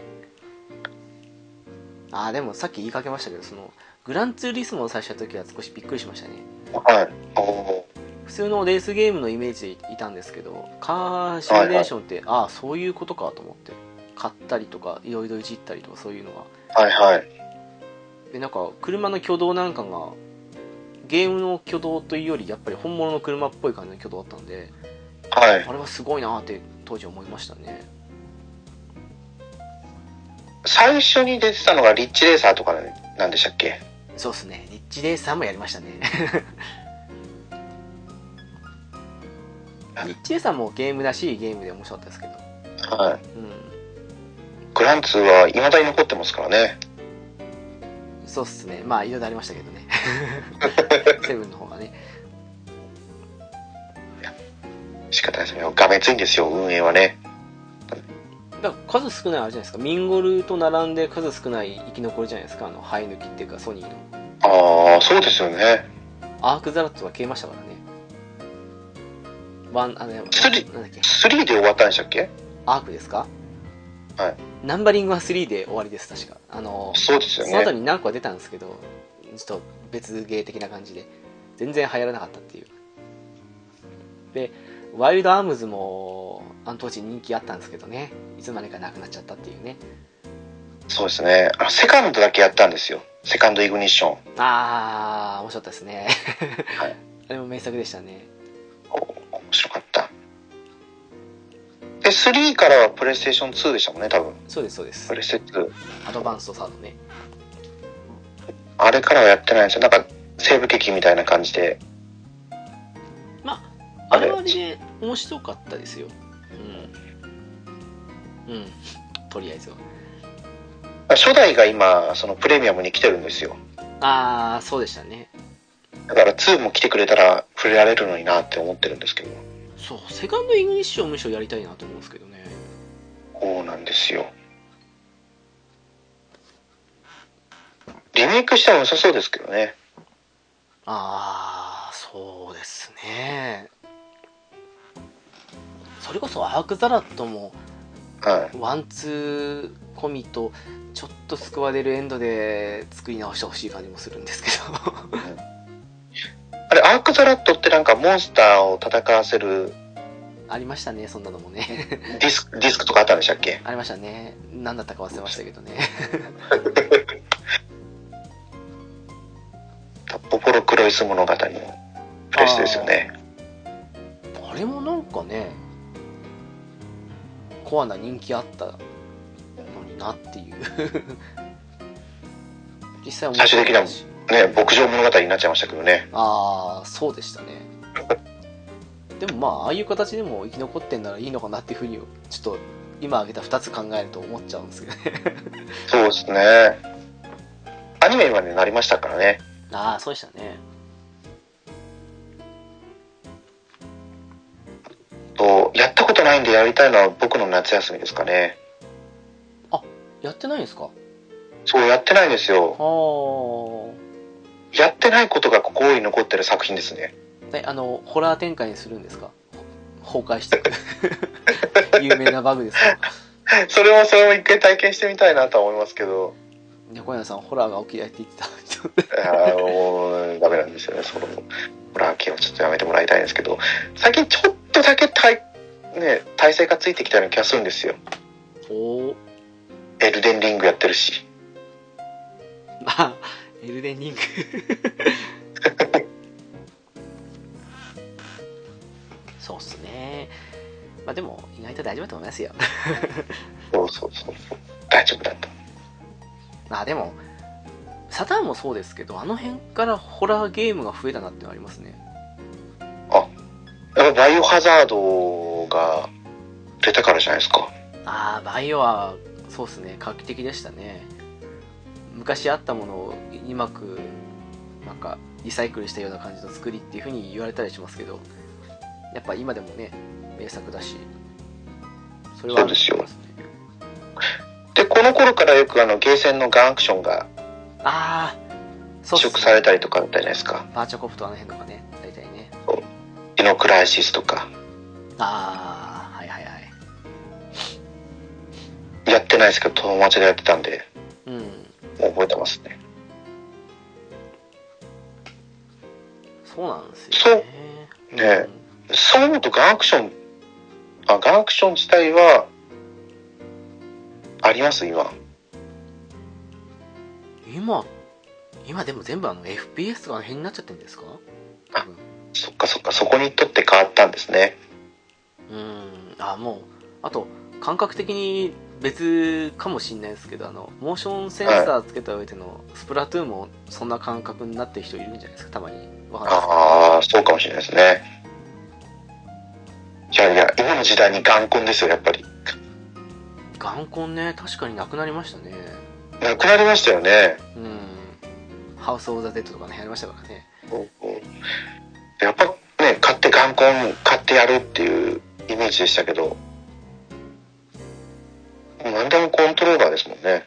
A: あー、でもさっき言いかけましたけど、その、グランツーリスモを最初やった時は少しびっくりしましたね。
B: はい。おお
A: 普通のレースゲームのイメージでいたんですけどカーシミュレーションって、ああそういうことかと思って買ったりとかいろいろいじったりとかそういうのが
B: ー。はいはい。
A: でなんか車の挙動なんかがゲームの挙動というよりやっぱり本物の車っぽい感じの挙動だったんで
B: はい。
A: あれはすごいなーって当時思いましたね
B: 最初に出てたのがリッチレーサーとかなんでしたっけ
A: そうですねリッチレーサーもやりました ねリッチレーサーもゲームらしいゲームで面白かったですけど
B: は
A: う
B: い。
A: ん
B: グランツーは未だに残ってますからね。
A: そうっすね。まあ、いろいろありましたけど ね。セブンの方がね。
B: 仕方ないですよ。がめついんですよ、運営はね。
A: だから数少ないあれじゃないですか。ミンゴルと並んで数少ない生き残りじゃないですか。あの、生え抜きっていうか、ソニーの。
B: ああ、そうですよね。
A: アークザラットは消えましたからね。ワン、あの、なんだ
B: スリ
A: っけ、
B: 3で終わったんでしたっけ
A: アークですか
B: はい。
A: ナンバリングは3で終わりです、確か。あの、
B: そうですよ
A: その後
B: ね。
A: に何個か出たんですけど、ちょっと別芸的な感じで、全然流行らなかったっていう。で、ワイルドアームズも、あの当時人気あったんですけどね、いつまでかなくなっちゃったっていうね。
B: そうですね。あの、セカンドだけやったんですよ。セカンドイグニッション。
A: あー、面白かったですね。
B: はい
A: あれも名作でしたね。
B: お面白かった。で、3からはプレイステーション2でしたもんね、多分。
A: そうです、そうです
B: プ。レステ2。
A: アドバンストサードね。
B: あれからはやってないんですよ。なんか、西部劇みたいな感じで。
A: まあ、あれはあれで面白かったですよ。うん。うん。とりあえずは。
B: 初代が今、そのプレミアムに来てるんですよ。
A: あー、そうでしたね。
B: だから2も来てくれたら触れられるのになって思ってるんですけど。
A: そう、セカンドイグニッションむしろやりたいなと思うんですけどね。
B: そうなんですよ。リメイクしても良さそうですけどね。
A: ああそうですねそれこそアークザラットも
B: は
A: ワンツー込みとちょっと救われるエンドで作り直してほしい感じもするんですけど
B: い。あれ、アークザラットってなんかモンスターを戦わせる
A: ありましたねそんなのもね
B: ディスク、ディスクとかあったんでしたっけ
A: ありましたね何だったか忘れましたけどね
B: タッポポロクロイス物語のプレステですよね。
A: あれもなんかねコアな人気あったのになっていう 実際面白かったし
B: ね、牧場物語になっちゃいましたけどね。
A: ああそうでしたねでもまあああいう形でも生き残ってんならいいのかなっていうふうにちょっと今挙げた2つ考えると思っちゃうんですけどね
B: そうですね。アニメにまでなりましたからね。
A: ああそうでしたね
B: と、やったことないんでやりたいのは僕の夏休みですかね。
A: やってないんですか
B: そう、やってないんですよ。
A: ああ
B: やってないことが心に残ってる作品ですね。
A: えあのホラー展開にするんですかほ崩壊していく 有名なバグですか
B: それもそれも一回体験してみたいなとは思いますけど、
A: 猫屋さんホラーが起きないって言ってた
B: あのもうダメなんですよね、その、ホラー系はちょっとやめてもらいたいんですけど、最近ちょっとだけ体、ね、体勢がついてきたような気がするんですよ。
A: おお
B: エルデンリングやってるし。
A: まあエルデンリングそうっすねまあでも意外と大丈夫だと思いますよ
B: そうそうそうそう。大丈夫だと。
A: まあでもサターンもそうですけどあの辺からホラーゲームが増えたなっていうのはありますね
B: やっぱバイオハザードが出たからじゃないですか。
A: ああバイオはそうですね画期的でしたね昔あったものをうまくなんかリサイクルしたような感じの作りっていうふうに言われたりしますけどやっぱ今でもね名作だしそれはあると思いますね
B: で、この頃からよくあの、ゲーセンのガンアクションが
A: ああそ
B: 移
A: うっ
B: 植
A: す
B: され
A: ね
B: たりとかじゃないですか。
A: バーチャコプとあの辺とかね大体ね
B: イノクライシスとか。
A: ああはいはいはい
B: やってないですけど、友達でやってたんで、
A: うん
B: もう覚えてますね。
A: そうなんですよね
B: そうねそう思うとガンアクション、あ、ガンアクション自体は、あります今。
A: うん今今でも全部あの FPS とかあの辺になっちゃってるんですか
B: あ
A: うん
B: そっかそっか、そこにとって変わったんですね。
A: うーんあもうあと感覚的に別かもしんないですけどあのモーションセンサーつけた上でのスプラトゥーンもそんな感覚になってる人いるんじゃないですかたまにわかんないですけど
B: ああ、そうかもしれないですね。いやいや、今の時代に眼根ですよ、やっぱり。
A: 眼根ね確かになくなりましたね
B: なくなりましたよね。
A: うんハウス・オブ・ザ・デッドとかねやりましたからね
B: やっぱね、買って眼根買ってやるっていうイメージでしたけど、何でもコントローラーですもんね。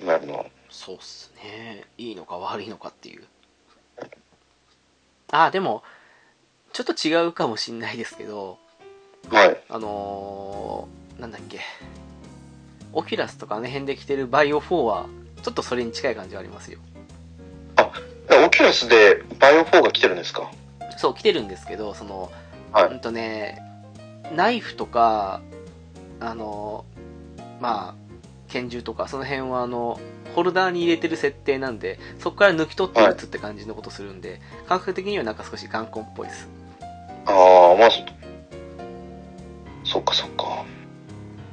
B: 今やるのは。
A: そうっすねいいのか悪いのかっていうあでもちょっと違うかもしんないですけど
B: はい。
A: あのー、なんだっけ、オキュラスとかあの辺で着てるバイオ4は、ちょっとそれに近い感じはありますよ。
B: オキュラスでバイオ4が来てるんですか
A: そう、着てるんですけど、その、
B: はい
A: うんとね、ナイフとか、あのーまあ、拳銃とか、その辺はあの、ホルダーに入れてる設定なんで、そこから抜き取って撃つって感じのことするんで、感覚的にはなんか少し眼根っぽいです。
B: ああ、まあ、そそっかそっか。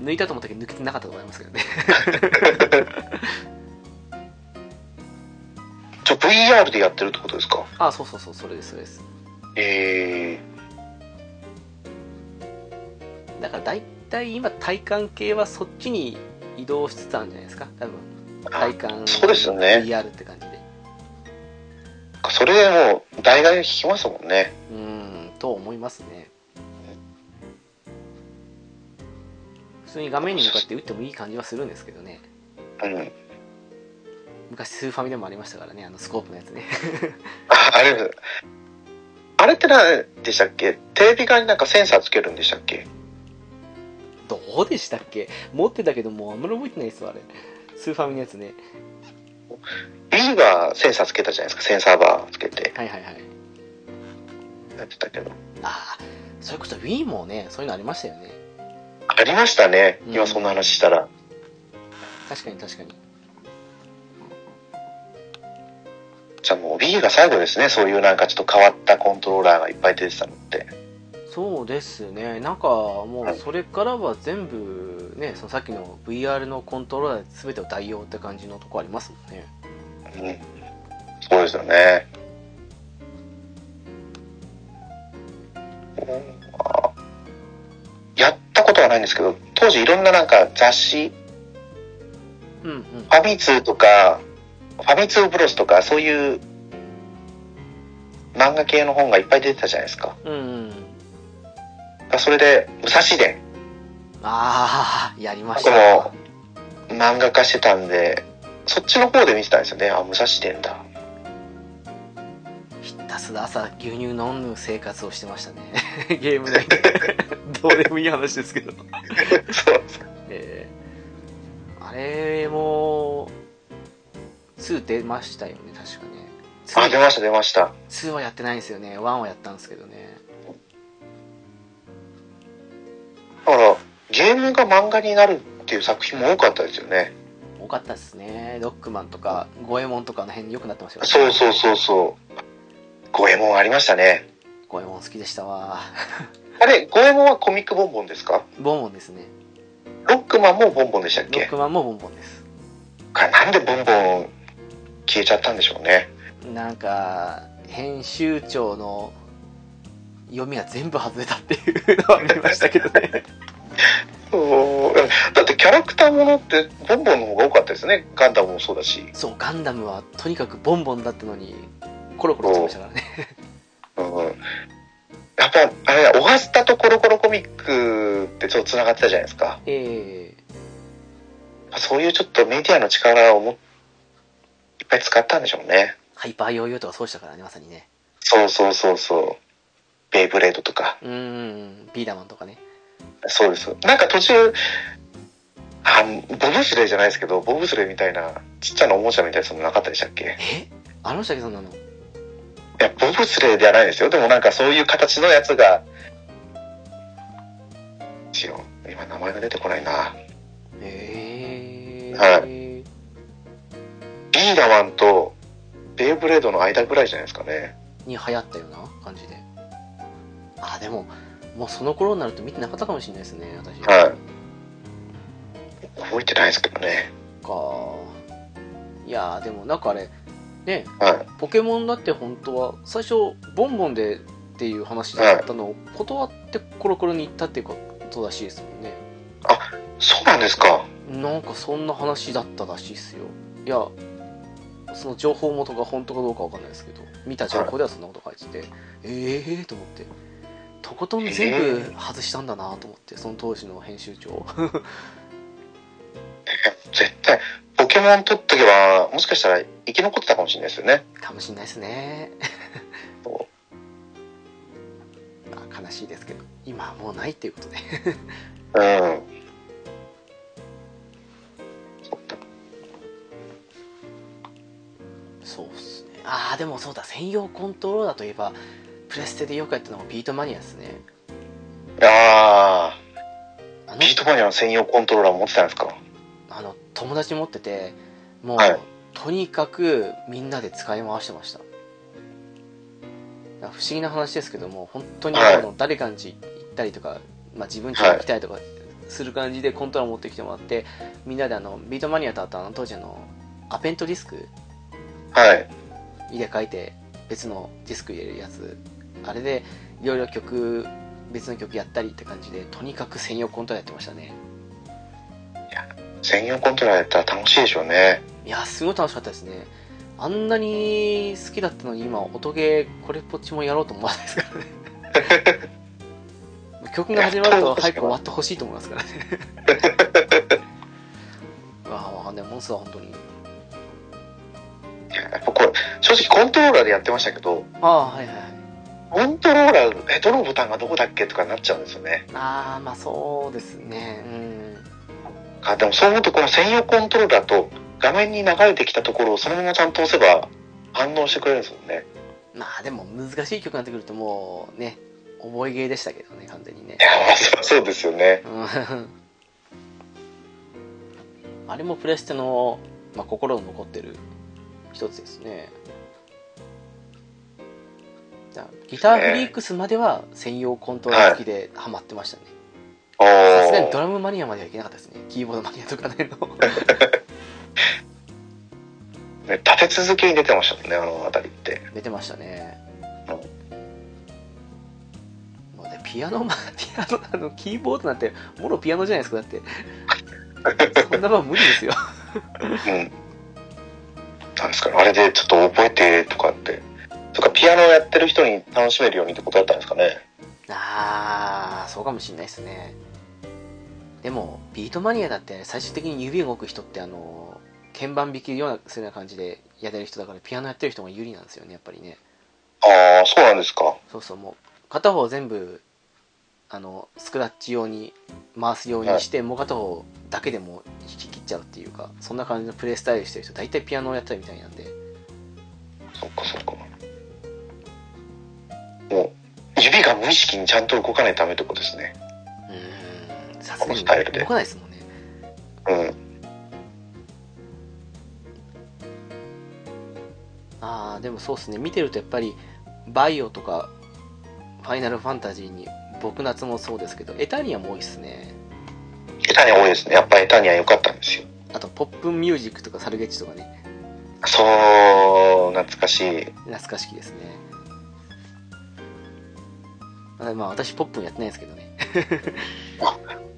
A: 抜いたと思ったけど、抜けてなかったと思いますけどね。
B: じゃあ VR でやってるってことですか
A: あ、そうそうそう、それです、それです。
B: え
A: だから大体今体感系はそっちに移動しつつあるんじゃないですか多分
B: え
A: 体感
B: そうですよね
A: VR って感じで
B: それでもう、大概聞きますもんね。
A: うーんと思いますね普通に画面に向かって打ってもいい感じはするんですけどね
B: うん。
A: 昔スーファミでもありましたからねあのスコープのやつね
B: ああれ、あれって何でしたっけテレビ側になんかセンサーつけるんでしたっけ
A: どうでしたっけ持ってたけどもうあんまり覚えてないですわあれスーファミのやつね
B: B がセンサーつけたじゃないですか。センサーバーつけて
A: はいはいはい
B: やってたけど。
A: ああそれこそ Wii もねそういうのありましたよね
B: ありましたね。
A: うん
B: 今そんな話したら。
A: 確かに確かに
B: じゃあもう B が最後ですね。そういうなんかちょっと変わったコントローラーがいっぱい出てたのって。
A: そうですね、なんかも
B: は
A: う
B: い
A: それからは全部、ね、そのさっきの VR のコントローラーで全てを代用って感じのとこありますもんね。
B: うん。そうですよね。やったことはないんですけど、当時いろんななんか雑誌、
A: うんうん、
B: ファミ通とか、ファミ通ブロスとか、そういう漫画系の本がいっぱい出てたじゃないですか。
A: うんうん、
B: それで、武蔵伝
A: ああ、やりました
B: 僕も。漫画化してたんで、そっちの方で見てたんですよね。あ、武蔵伝だ。
A: ひたすら朝牛乳飲む生活をしてま したね。ゲーム内で。 どうでもいい話ですけど。
B: そう。
A: えーあれも、2出ましたよね、確かね。
B: あ、出ました、出ました。
A: 2はやってないんですよね。1はやったんですけどね。
B: だから、ゲームが漫画になるっていう作品も多かったですよね。
A: 多かったですね。ロックマンとか、ゴエモンとかの辺に良くなってましたよね。
B: そうそうそうそう。五右衛門ありましたね。
A: ゴエモン好きでしたわ。
B: あれ、五右衛門はコミックボンボンですか
A: ボンボンですね。
B: ロックマンもボンボンでしたっ
A: ロッ
B: け
A: クマンもボンボンです。
B: かなんでボンボン消えちゃったんでしょうね。
A: なんか、編集長の読みが全部外れたっていうのは見ましたけど ね。
B: だってキャラクターものってボンボンの方が多かったですね。ガンダムもそうだし。
A: そう、ガンダムはとにかくボンボンだったのに、コロコロしてましたからね。
B: うん、やっぱ、あれだ、オハスタとコロコロコミックってちょっと繋がってたじゃないですか。
A: え
B: そういうちょっとメディアの力をもいっぱい使ったんでしょうね。
A: ー、ハイパーヨーヨーとかそうでしたからね、まさにね。
B: そうそうそうそう。ベイブレードとか。
A: うーん、ビーダマンとかね。
B: そうです。なんか途中、あボブスレーじゃないですけど、ボブスレーみたいなちっちゃなおもちゃみたいなやつもなかったでしたっけ
A: えありましたっけ、そんなの。
B: いや、ボブスレーではないですよ。でもなんかそういう形のやつが、しよう。今名前が出てこないな。
A: えー、
B: はビーダマンとベイブレードの間ぐらいじゃないですかね。
A: に流行ったような感じで。あ、でも、もうその頃になると見てなかったかもしれないですね、私。
B: はい。覚えてないですけどね。
A: かいやーでもなんかあれね
B: は
A: ポケモンだって本当は最初ボンボンでっていう話だったのを断ってコロコロに行ったっていうことらしいですもんね
B: い。そうなんですか。
A: なんかそんな話だったらしいっすよいやその情報元が本当かどうかわかんないですけど見た情報ではそんなこと書いてて、ええー、と思ってとことん全部外したんだなと思ってその当時の編集長
B: 絶対、ポケモン取っとけば、もしかしたら生き残ってたかもしれないですよね。
A: かもしんないですね
B: そ
A: まあ悲しいですけど今はもうないっていうことで
B: ううん。
A: そうっすねああでもそうだ専用コントローラーといえばプレステでよくやったのがビートマニアですね
B: あ
A: あ
B: ー、
A: の
B: ビートマニアの専用コントローラー持ってたんですか。
A: あの友達持っててもう、
B: はい
A: とにかくみんなで使い回してましただから不思議な話ですけども本当に
B: はい
A: あの誰かんち行ったりとか、まあ、自分ちに行きたいとかする感じでコントローラー持ってきてもらってみんなであのビートマニアとあとあの当時あのアペントディスク
B: はい。
A: 入れ替えて別のディスク入れるやつあれでいろいろ曲別の曲やったりって感じでとにかく専用コントローラーやってましたね
B: 専用コントローラーやったら楽しいでしょうね。
A: いやすごい楽しかったですねあんなに好きだったのに今音ゲーこれっぽっちもやろうと思わないですからね曲が始まると早く終わってほしいと思いますからねうわあわかんないモンスターは本当に
B: いややっぱこれ、正直コントローラーでやってましたけど、
A: ああはいはいはい
B: コントローラー、え、どのボタンがどこだっけとかになっちゃうんですよね。
A: ああまあそうですねうん
B: あ、でもそう思うとこの専用コントローラーと画面に流れてきたところをそのままちゃんと押せば反応してくれるんですもんね。
A: まあでも難しい曲になってくるともうね覚えゲーでしたけどね完全にね
B: いや、まあそりゃそうですよね。
A: うんあれもプレステの、まあ、心に残ってる一つですねだからギターフリークスまでは専用コントローラー付きでハマってましたね
B: お
A: さすがにド
B: ー。
A: ラムマニアまではいけなかったですねキーボードマニアとかねの
B: ね立て続けに出てましたもんね、あの辺りって。
A: 出てましたねもうねピアノまピアノあのキーボードなんてもろピアノじゃないですかだってそんなのは無理ですよ
B: うん。なんですかね、あれでちょっと覚えてとかって。とか、ピアノをやってる人に楽しめるようにってことだったんですかね。
A: ああそうかもしんないですねでも、ビートマニアだって最終的に指動く人ってあの、鍵盤弾きような、そういうような感じでやれる人だから、ピアノやってる人が有利なんですよね、やっぱりね。
B: ああ、そうなんですか。
A: そうそう、もう、片方全部、あの、スクラッチ用に、回すようにして、もう片方だけでも弾き切っちゃうっていうか、そんな感じのプレイスタイルしてる人、大体ピアノをやってるみたいなんで。
B: そっかそっか。もう、指が無意識にちゃんと動かないためってことですね。
A: うーん、さすが
B: この
A: に
B: スタイルで
A: 動かないですもんね。
B: うん。
A: ああでもそうですね見てるとやっぱりバイオとかファイナルファンタジーに僕夏もそうですけどエタニアも多いっすね
B: エタニア多いですね。やっぱエタニア良かったんですよ。
A: あとポップミュージックとかサルゲッチとかね
B: そう、懐かしい。
A: 懐かしきですねあまあ私ポップンやってないですけどね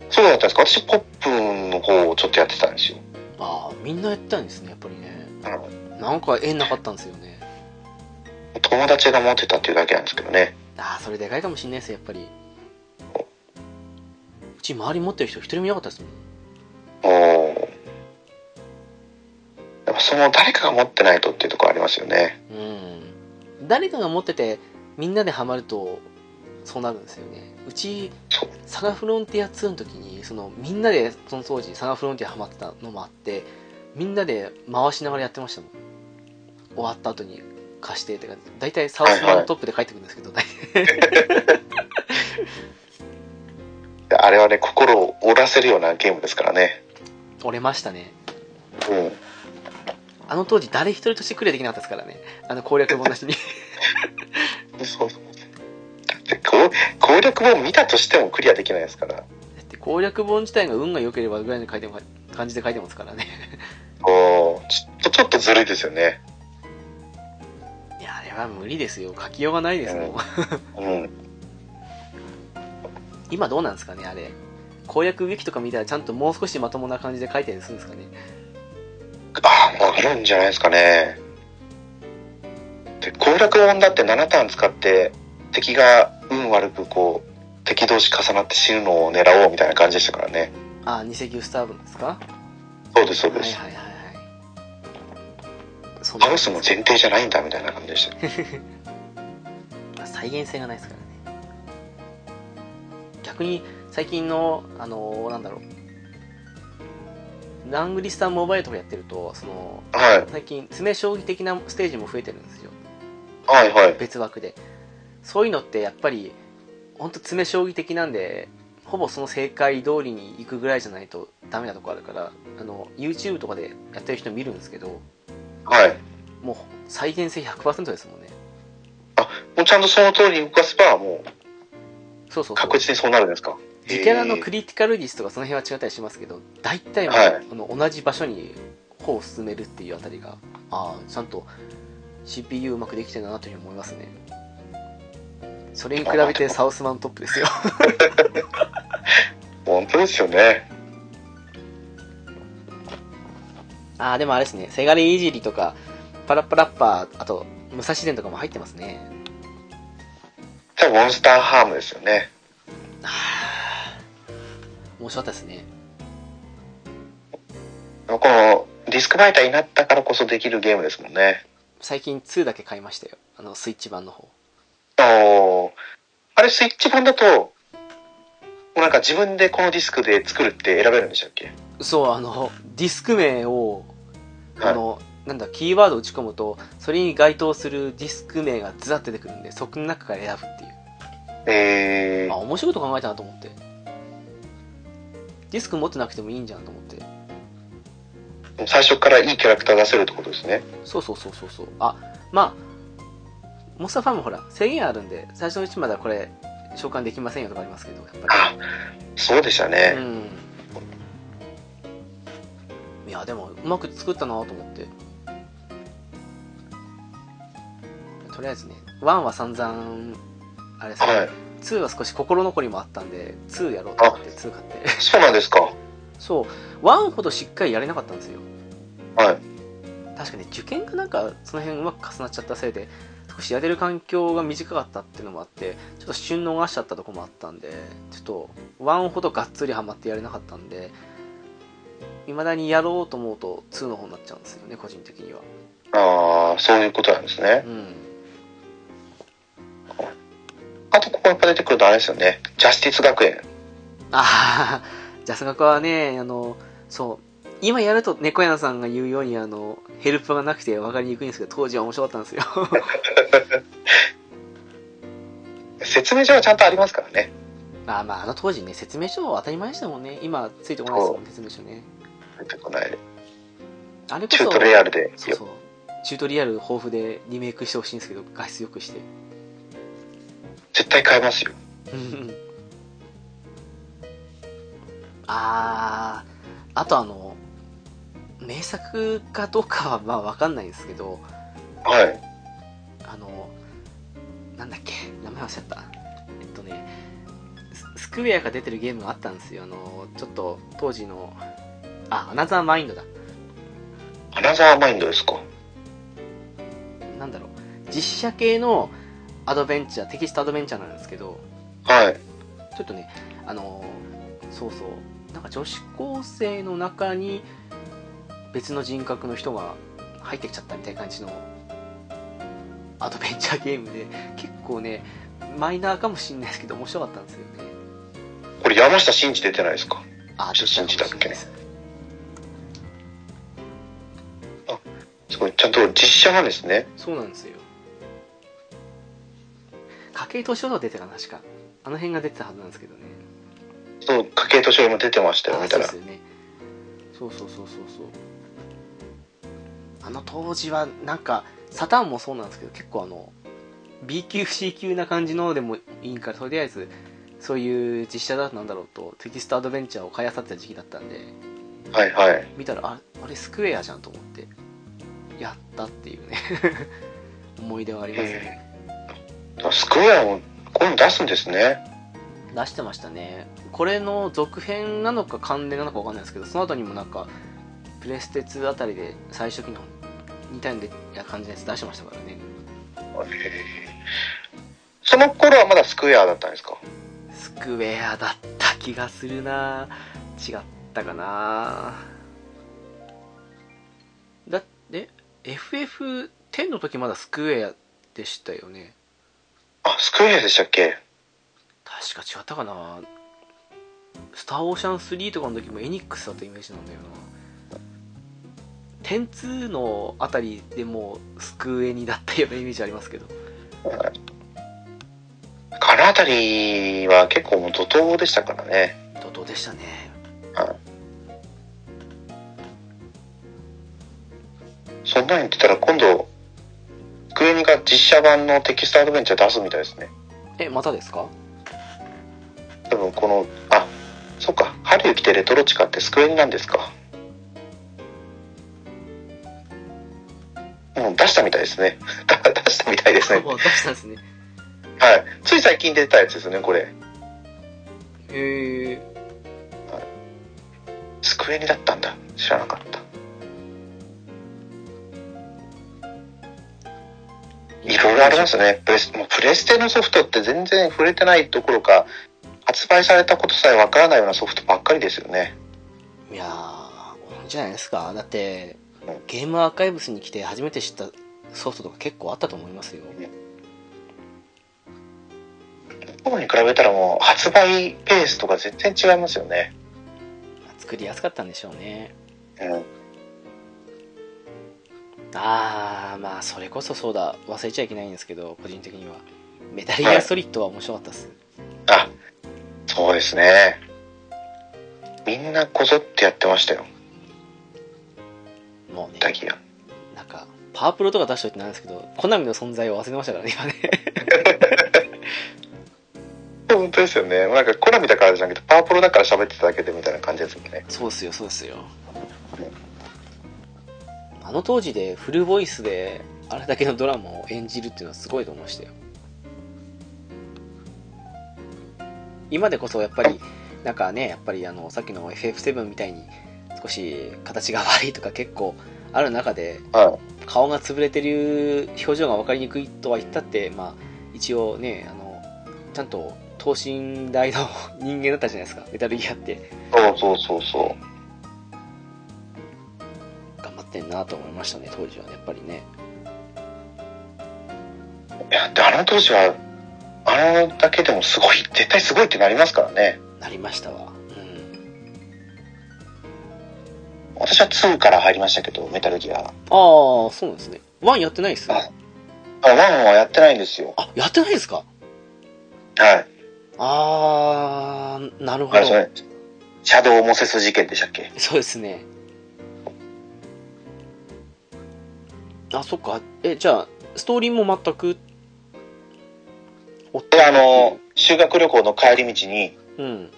B: そうだったんですか私、ポップンの方をちょっとやってたんですよ。
A: ああみんなやったんですねやっぱりね
B: あの
A: なんか縁なかったんですよね
B: 友達が持ってたっていうだけなんですけどね。
A: ああそれでかいかもしんないですやっぱりうち周り持ってる人一人もいなかったですもん
B: おーやっぱその誰かが持ってないとっていうところありますよね。
A: うん、誰かが持っててみんなでハマるとそうなるんですよねうち
B: そう。
A: サガフロンティア2の時にそのみんなでその当時サガフロンティアハマってたのもあってみんなで回しながらやってましたもん終わった後に貸してって感じ大体サウスマントップで帰ってくるんですけど、大体
B: あれはね、心を折らせるようなゲームですからね。
A: 折れましたね
B: うん。
A: あの当時誰一人としてクリアできなかったですからねあの攻略本なしに
B: そうそう。だって攻攻略本見たとしてもクリアできないですから。
A: だって攻略本自体が運が良ければぐらいの書いても感じで書いてますからね
B: おーちょっと、ちょっとずるいですよね。
A: いやあれは無理ですよ書きようがないですもん
B: うん。
A: 今どうなんですかねあれ攻略ウィキとか見たらちゃんともう少しまともな感じで書いてりするんですかね
B: ああ、あるんじゃないですかね。で、攻略本だって7ターン使って、敵が運悪くこう、敵同士重なって死ぬのを狙おうみたいな感じでしたからね。
A: ああ偽牛スターブンですか
B: そうです、そう
A: はい
B: で
A: はい
B: す。
A: はいはいそんな
B: 倒すの前提じゃないんだみたいな感じでした。
A: 再現性がないですからね逆に最近のあのーなんだろうラングリスタモバイルとかやってるとその
B: はい。
A: 最近詰将棋的なステージも増えてるんですよ
B: はい、はい。
A: 別枠でそういうのってやっぱりほんと詰将棋的なんでほぼその正解通りに行くぐらいじゃないとダメなとこあるからあの YouTube とかでやってる人見るんですけど
B: はい。
A: もう再現性100%ですもんね
B: もうちゃんとその通りに動かせば、もう
A: そうそうそう
B: 確実にそうなるんですか。
A: 自キャラ
B: へ
A: の
B: ー
A: クリティカル率とかその辺は違ったりしますけど大体もう、
B: はい
A: あの同じ場所に歩を進めるっていうあたりがああちゃんと CPU うまくできてるなというふうに思いますねそれに比べてサウスマントップですよ
B: 本当ですよね。
A: ああ、でもあれですね、せがれいじりとか、パラッパラッパー、あと、武蔵伝とかも入ってますね。
B: じゃあ、モンスターハームですよね。
A: ああ、面白かったですね。
B: この、ディスク媒体になったからこそできるゲームですもんね。
A: 最近2だけ買いましたよ。あの、スイッチ版の方。
B: おーあれ、スイッチ版だと、もうなんか自分でこのディスクで作るって選べるんでしたっけ
A: そう、あの、ディスク名を、
B: はい
A: あの、なんだ、キーワード打ち込むと、それに該当するディスク名がずらって出てくるんで、そこの中から選ぶっていう。
B: え
A: あ、
B: ー、
A: 面白いこと考えたなと思って。ディスク持ってなくてもいいんじゃんと思って。
B: 最初からいいキャラクター出せるってことですね。
A: そうそうそうそうそうあまあモンスターファームほら制限あるんで最初のうちまだこれ召喚できませんよとかありますけどやっぱ
B: あ、そうでした
A: りう
B: ね。
A: んいやでもうまく作ったなと思ってとりあえずね1は散々あれですけど、
B: はい。
A: 2は少し心残りもあったんで2やろうと思って2買って
B: そうなんですか。は
A: そう1ほどしっかりやれなかったんですよ
B: い。
A: 確かに受験かなんかその辺うまく重なっちゃったせいで少しやれる環境が短かったっていうのもあってちょっと旬逃しちゃったとこもあったんでちょっとワンほどがっつりハマってやれなかったんで未だにやろうと思うと2の方になっちゃうんですよね個人的には
B: ああ、そういうことなんですね
A: う。ん
B: あと、ここやっぱ出てくるのはあれですよね。ジャスティス学園。
A: ああ、ジャス学はね、あの、そう、今やると猫屋さんが言うように、あの、ヘルプがなくて分かりにくいんですけど、当時は面白かったんですよ。
B: 説明書はちゃんとありますからね。
A: まあまあ、あの当時ね、説明書は当たり前でしたもんね。今、ついてこないですもん、説明書ね。
B: 出てこない。
A: あれこ
B: チ
A: そ、
B: ュートリアルで。
A: そうそう。チュートリアル豊富でリメイクしてほしいんですけど、画質良くして。
B: 絶対買えますよ。
A: うんあーあとあの、名作かどうかはまあ分かんないんですけど、
B: はい。
A: あの、なんだっけ、名前忘れちゃった。えっとね、ススクエアが出てるゲームがあったんですよ。あの、ちょっと当時の、あ、アナザーマインドだ。
B: アナザーマインドですか。
A: なんだろう。実写系のアドベンチャー、テキストアドベンチャーなんですけど、
B: はい。
A: ちょっとね、あの、そうそう、なんか女子高生の中に別の人格の人が入ってきちゃったみたいな感じのアドベンチャーゲームで、結構ね、マイナーかもしれないですけど、面白かったんですよね。
B: これ山下真司出てないですか。
A: あ、
B: 出身地だっけ
A: です
B: すごい。ちゃんと実写なんですね。
A: そうなんですよ。家計図書が出てたかな、確か。あの辺が出てたはずなんですけどね。
B: そう、家計図書も出てましたよ、
A: あ
B: 見
A: そ
B: た
A: うで
B: ら
A: す。よね。そうそうそうそうそう。あの当時は、なんか、サターンもそうなんですけど、結構あの、B 級、C 級な感じのでもいいから、とりあえず、そういう実写だなんだろうと、テキストアドベンチャーを買い漁ってた時期だったんで、
B: はいはい。
A: 見たらああれスクエアじゃんと思ってやったっていうね 思い出はありますね、
B: スクエアもこういうの出すんですね。
A: 出してましたねこれの続編なのか関連なのかわかんないですけどその後にもなんかプレステ2あたりで最初期の似たような感じのやつ出してましたからね
B: その頃はまだスクエアだったんですか。
A: スクエアだった気がするな違ったかなだってえ FF10 の時まだスクエアでしたよね
B: あ、スクエアでしたっけ。
A: 確か違ったかなスター・オーシャン3とかの時もエニックスだったイメージなんだよな点2のあたりでもうスクエニだったようなイメージありますけど
B: あの辺りは結構もう怒涛でしたからね。
A: 怒涛でしたね
B: そんなに言ってたら今度、クエニが実写版のテキストアドベンチャー出すみたいですね。
A: えまたですか
B: 多分この、あ、そっか、春雪でレトロチカってスクエニなんですか。もう出したみたいですね。 出したみたいですね。
A: あ出したんですね
B: はい。つい最近出たやつですね、これ。
A: え
B: スクエニだったんだ。知らなかった。
A: ー、
B: いろいろありますね。プレスもうプレステのソフトって全然触れてないどころか、発売されたことさえわからないようなソフトばっかりですよね。
A: いやーいいんじゃないですかだって
B: うん
A: ゲームアーカイブスに来て初めて知ったソフトとか結構あったと思いますよ
B: 僕に比べたらもう発売ペースとか全然違いますよね。
A: 作りやすかったんでしょうね
B: うん。
A: ああまあそれこそそうだ忘れちゃいけないんですけど個人的にはメタルギアソリッドは面白かったっす、
B: あ、そうですね。みんなこぞってやってましたよ、
A: もうね
B: ダギア。
A: なんかパワープロとか出しといてなんですけどコナミの存在を忘れてましたからね今ね
B: 本当ですよね。なんかコラミだからじゃなくて、パワープロだから喋ってただけでみたいな感じですもんね。
A: そうっすよそうっすよあの当時でフルボイスであれだけのドラマを演じるっていうのはすごいと思いましたよ今でこそやっぱりなんかねやっぱりあのさっきの FF7 みたいに少し形が悪いとか結構ある中で
B: は
A: 顔が潰れてる表情が分かりにくいとは言ったって、まあ、一応ね、あの、ちゃんと等身大の人間だったじゃないですか、メタルギアって。
B: そうそうそうそ
A: 頑張ってんなと思いましたね、当時はね、やっぱりね。
B: う。いや、で、あの当時は、あれだけでもすごい、絶対すごいってなりますからね。
A: なりましたわ。うん。
B: 私は2から入りましたけど、メタルギア。
A: ああ、そうなんですね。ワンやってないっす
B: ああ、1はやってないんですよ。
A: あ、やってないですか
B: はい。
A: あー、なるほど
B: あれ。それ、シャドウモセス事件でしたっけ
A: そうですね。あ、そっか。え、じゃあ、ストーリーも全く、追って
B: で、
A: ない
B: あの、修学旅行の帰り道に、
A: うん。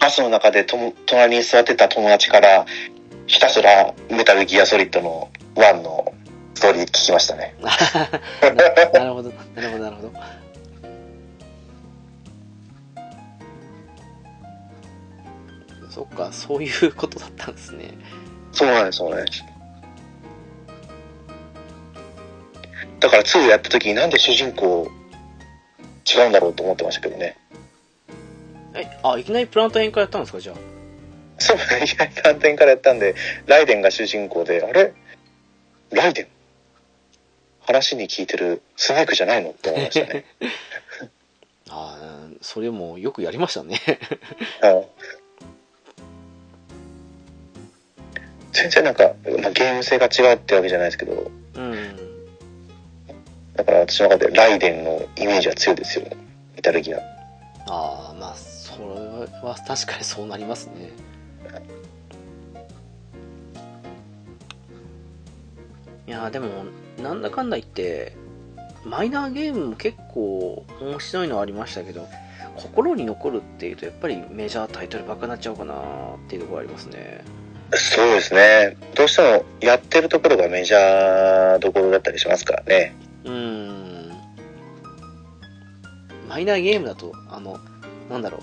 B: バスの中でとも隣に座ってた友達から、ひたすらメタルギアソリッドの1のストーリー聞きましたね。
A: ななるほど、なるほど、なるほど。そっか、そういうことだったんですね。
B: そうなんです、そうなんです。だから2やった時になんで主人公違うんだろうと思ってましたけどね。
A: え、あ、いきなりプラント編からやったんですか、じゃあ。
B: そう、いきなり反転からやったんで、ライデンが主人公で、あれライデン話に聞いてるスネークじゃないのって思いましたね。
A: あーそれもよくやりましたね。
B: うん全然なんか、まあ、ゲーム性が違うってわけじゃないですけど、
A: うん。
B: だから私の中でライデンのイメージは強いですよ、メタルギア。
A: ああまあそれは確かにそうなりますねいやーでもなんだかんだ言ってマイナーゲームも結構面白いのはありましたけど心に残るっていうとやっぱりメジャータイトルばっかなっちゃうかなーっていうところありますね
B: そうですね。どうしてもやってるところがメジャーどころだったりしますからね。
A: うーんマイナーゲームだとあのなんだろ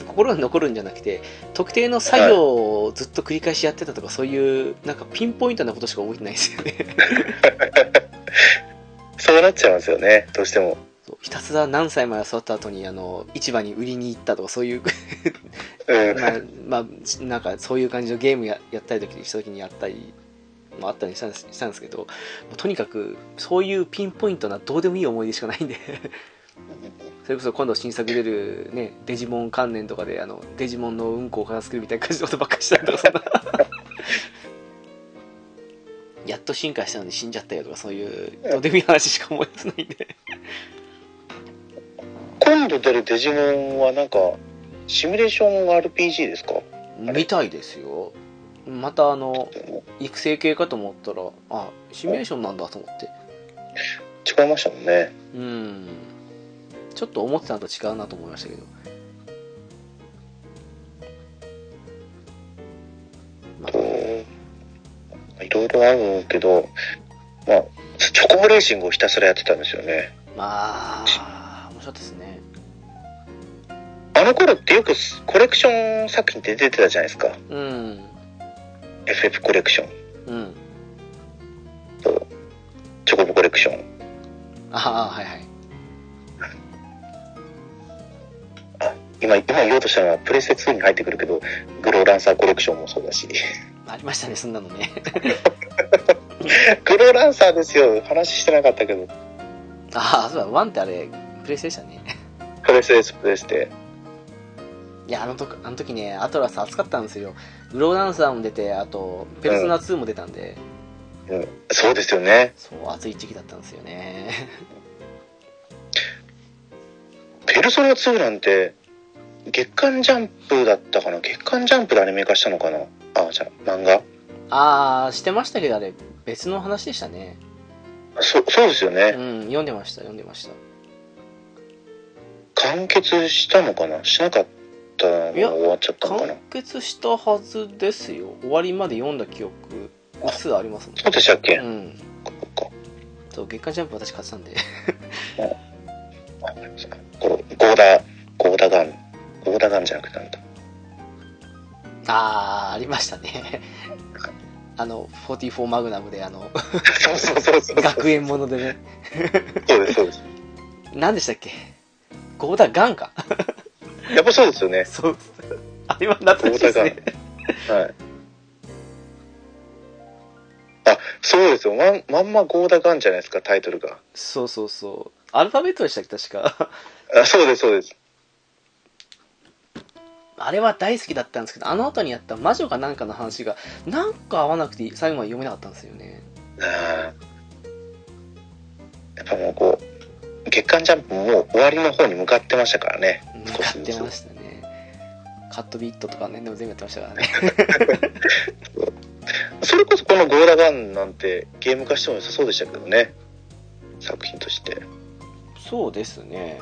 A: う心に残るんじゃなくて特定の作業をずっと繰り返しやってたとか、そういうなんかピンポイントなことしか覚えてないですよね
B: そうなっちゃいますよね、どうしても。
A: そうひたすら何歳まで育った後にあの市場に売りに行ったとかそういう
B: うん。
A: まあ、まあしなんかそういう感じのゲームややったりときした時にやったりもあったりしたんですしたんですけどもうとにかくそういうピンポイントなどうでもいい思い出しかないんでそれこそ今度新作出るね、デジモン関連とかで、あの、デジモンのうんこを片付けるみたいな感じのことばっかりしたりとか、そんな。やっと進化したのに死んじゃったよとか、そういう、どうでもいい話しか思い出せないんで。
B: 今度出るデジモンはなんか、シミュレーション RPG ですか
A: みたいですよ。またあの、育成系かと思ったら、あ、シミュレーションなんだと思って。
B: 違いましたもんね。
A: うん。ちょっと思ってたのと違うなと思いましたけど。まあ
B: いろいろあるけど、まあ、チョコボレーシングをひたすらやってたんですよね。
A: まあ、面白かったですね。
B: あの頃ってよくコレクション作品って出てたじゃないですか。
A: うん。
B: FF コレクション
A: うん。
B: と、チョコボコレクション。
A: ああ、はいはい。
B: 今、今言おうとしたのはプレステ2に入ってくるけど、グローランサーコレクションもそうだし。
A: ありましたね、そんなのね。
B: グローランサーですよ。話してなかったけど。
A: ああ、そうだ、ワンってあれ、プレイステでしたね。
B: プレステです、プレステ。
A: いや、あのとあの時ね、アトラス熱かったんですよ。グローダンサーも出て、あと、ペルソナ2も出たんで、
B: そうですよね。
A: そう、熱い時期だったんですよね。
B: ペルソナ2なんて、月刊ジャンプだったかな月刊ジャンプでアニメ化したのかなあ、じゃあ、漫画
A: ああ、してましたけど、あれ、別の話でしたね。
B: そそうですよ
A: う
B: ね。
A: ん、読んでました、読んでました。
B: 完結したのかなしなかったのが
A: いや
B: 終わっちゃったのかな
A: 完結したはずですよ。終わりまで読んだ記憶、うっすらありますも
B: そうでしたっけ、
A: ん。うん。
B: こ
A: そう、月刊ジャンプ私買ってたんで。
B: こゴーダ、ゴーダガン。ゴ ーダガンじゃなくてなんだ。
A: ああ、ありましたね。 あの、44マグナムで、あの、
B: そうそうそうそう。
A: 学園ものでね。
B: そうです、そうです。
A: 何でしたっけゴーダガンか。
B: やっぱそうですよね。
A: そう。 あれは懐かしいですね。
B: はい。あ、そうですよ。まんまんまゴーダガンじゃないですか、タイトルが。
A: そうそうそう。アルファベットでしたっけ確か。
B: あそうです、そうです。
A: あれは大好きだったんですけど、あの後にやった魔女かなんかの話が、なんか合わなくて、最後まで読めなかったんですよね。
B: うんやっぱもうこう、月刊ジャンプももう終わりの方に向かってましたからね。
A: うん
B: 少
A: 買
B: し
A: っ
B: ず
A: て
B: つ
A: ましたね。カットビットとかね、でも全部やってましたからね。
B: それこそこのゴーダガンなんてゲーム化しても良さそうでしたけどね。作品として。
A: そうですね。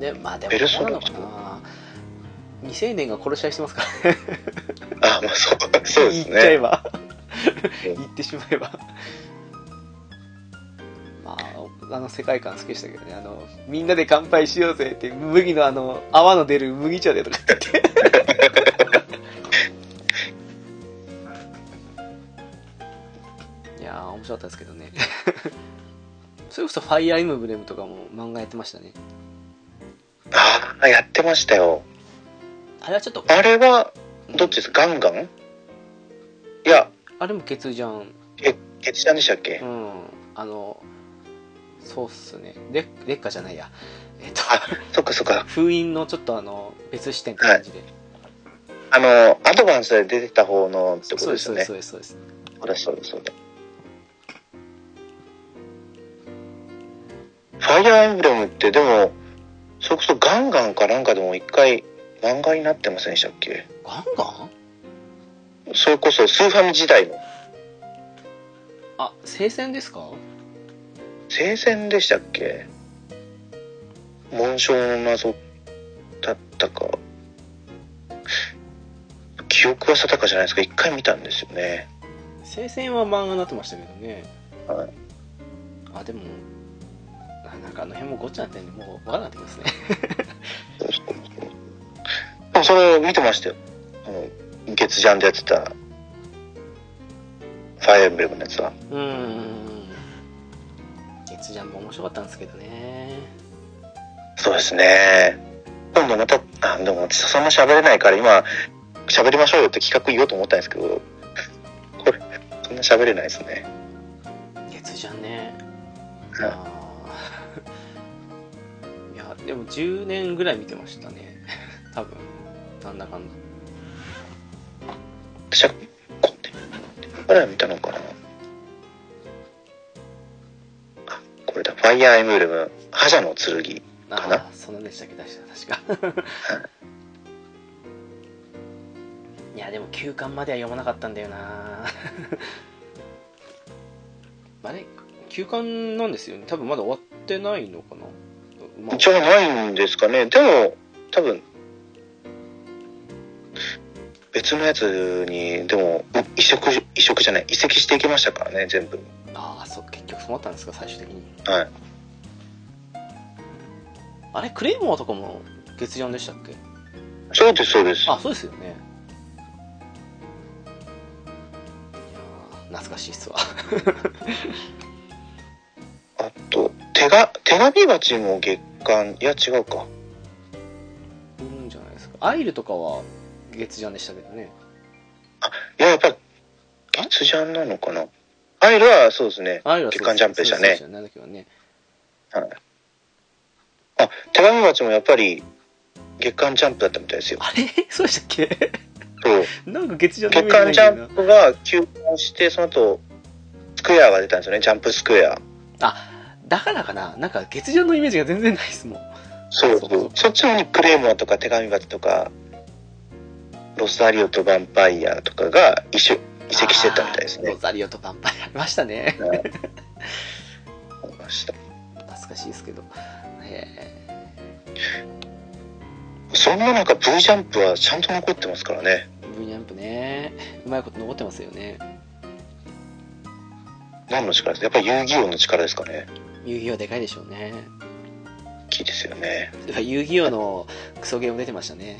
A: で、まあでも、
B: ペル
A: ど
B: ソ
A: うな
B: ナ
A: のかな。未成年が殺し合いしてますからね。
B: あ、まあそう、そうです
A: 言っちゃえ
B: ね。
A: ば。
B: うん
A: 言ってしまえば。まあ、あの世界観好きでしたけどね、あの、みんなで乾杯しようぜって、麦のあの、泡の出る麦茶でとか言 って。いやー、面白かったですけどね。それこそ、ファイアーエムブレムとかも漫画やってましたね。
B: ああ、やってましたよ。
A: あれはちょっと、
B: あれは、どっちですかガンガンいや、
A: あれもケツじゃん。
B: ケチちゃんでしたっけ、
A: うん、あの、そうっすね。で劣化じゃないや。えっと、
B: そっかそっか。
A: 封印のちょっとあの、別視点って感じで。
B: あの、アドバンスで出てた方のってこと
A: そう
B: で
A: です、
B: す
A: そ
B: よ
A: うで
B: ね。
A: す、そうです。そうです
B: そうです、そうです、そうです。ファイアーエンブレムって、でも、それこそガンガンかなんかでも一回漫画になってませんでしたっけ
A: ガンガン
B: それこそスーファミ時代の
A: あ、聖戦ですか
B: 聖戦でしたっけ紋章の謎だったか記憶は定かじゃないですか一回見たんですよね
A: 聖戦は漫画になってましたけどね。
B: はい
A: あ、でも、あなんかあの辺もごっちゃになってんで、もうわからなくなってきますね。
B: でもそれ見てましたよあの月ジャンでやってたファイアーエンブレムのやつは
A: うーん。月ジャンも面白かったんですけどね。
B: そうですね今度またあでも私そんな喋れないから今喋りましょうよって企画言おうと思ったんですけどこれそんな喋れないですね
A: 月じゃんね
B: はい
A: あー いやでも10年ぐらい見てましたね 多分なんだかんだ
B: 私はこうねこれは見たのかなあこれだファイアーエムブレム覇者の剣
A: あ
B: かな
A: ーそんなんでしたっけ確か確か いやでも9巻までは読まなかったんだよな あれ9巻なんですよね多分まだ終わってないのかな、まあ
B: じゃないんですかねでも多分別のやつにでもう移植移植じゃない移籍していきましたからね全部
A: ああそう結局そうなったんですか最終的に
B: はい
A: あれクレイモアとかも月4でしたっけ
B: そうですそうです
A: あそうですよねいやー懐かしいっすわ
B: あと手が手紙鉢も月刊いや違うか
A: うんじゃないですかアイルとかは月ジャンでしたけどね
B: いややっぱ月ジャンなのかなアイルはそうですね
A: アイルは
B: 月刊ジャンプでしたね
A: そうなんだっけはね
B: あ、手紙鉢もやっぱり月刊ジャンプだったみたいですよ。
A: あれ そうでしたっけ
B: そう。
A: なんか月ジャンのイメ
B: 月
A: ー
B: 刊
A: ジ
B: ジ
A: ない
B: ャ
A: んだよ
B: ンプが休刊して、その後、スクエアが出たんですよね、ジャンプスクエア。
A: なだからかななんか月ジャンのイメージが全然ないっすもん
B: そう
A: そそ
B: そうう
A: う
B: そっちの方にクレーモアとか手紙鉢とか、ロサリオとヴァンパイアとかが移植移籍してたみたいです
A: あー
B: ね
A: ロ。ザリオとパンパイありましたね
B: 思いました
A: 懐かしいですけどへ
B: そんな中、V ジャンプはちゃんと残ってますからね。
A: え V ジャンプねうまいこと残ってますよね
B: 何の力ですかやっぱ遊戯王の力ですかね。
A: 遊戯王でかいでしょうね
B: 大きいですよね。
A: 遊戯王のクソゲーム出てましたね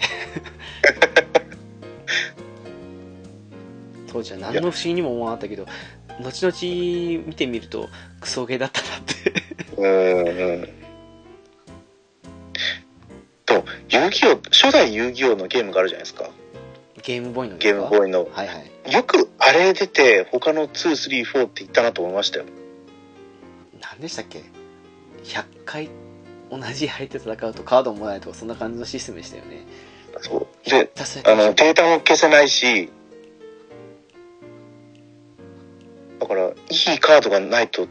A: 当時は何の不思議にも思わなかったけど後々見てみるとクソゲーだったなって
B: うんうん。と、遊戯王、初代遊戯王のゲームがあるじゃないですか。
A: ゲームボーイの
B: ゲームボ
A: イ
B: ーイの。
A: はいはい
B: よくあれ出て、他の2、3、4って言ったなと思いましたよ。
A: 何でしたっけ100回同じやりで戦うとカードもらえるとかそんな感じのシステムでしたよね
B: そう。
A: ひ
B: で、
A: たすら
B: あの、データも消せないし、だから、いいカードがないと、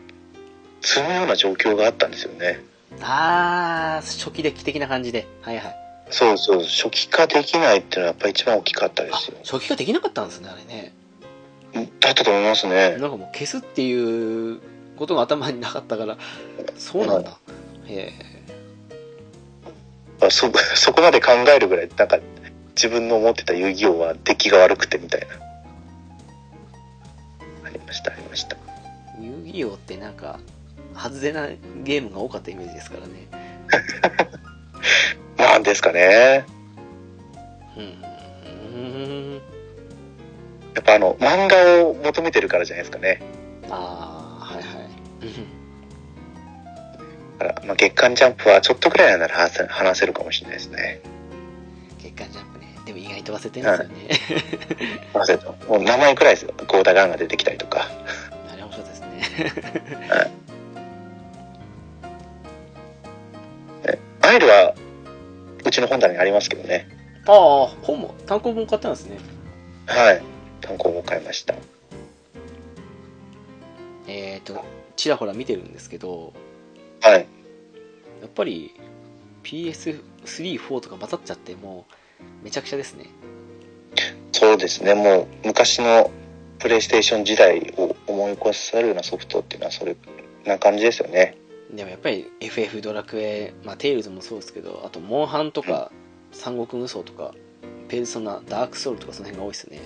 B: 積むような状況があったんですよね。
A: ああ初期デッキ的な感じではいはい
B: そうそう、初期化できないっていうのはやっぱ一番大きかったで
A: あ
B: すよ。
A: 初期化できなかったんですねあれね
B: だったと思いますね。
A: なんかもう消すっていうことが頭になかったからそうなんだへ
B: あそ、 そこまで考えるぐらい、なんか、自分の思ってた遊戯王は出来が悪くてみたいな。ありました、ありました。
A: え遊戯王ってなんか外れなゲームが多かったイメージですからね
B: なんですかね。
A: うんうん
B: やっぱあの、漫画を求めてるからじゃないですかね。
A: ああはいはいうん
B: だから、まあ、月刊ジャンプはちょっとくらいなら話せ話せるかもしれないですね。
A: 月刊ジャンプねでも意外と忘れてますよね、
B: 忘れたもう名前くらいですよ。ゴーダガンが出てきたりとか。
A: あれ面白いですね
B: アイルは、うちの本棚にありますけどね。
A: ああ本も単行本買ったんですね
B: はい。単行本買いました。
A: えっ、ー、とちらほら見てるんですけど
B: はい。
A: やっぱり PS34 とか混ざっちゃってもうめちゃくちゃですね
B: そうですね。もう、昔のプレイステーション時代を思い起こさせるようなソフトっていうのは、それな感じですよね。
A: でもやっぱり FF ドラクエ、まあ、テイルズもそうですけどあとモンハンとか三国無双とかペルソナダークソウルとかその辺が多いですね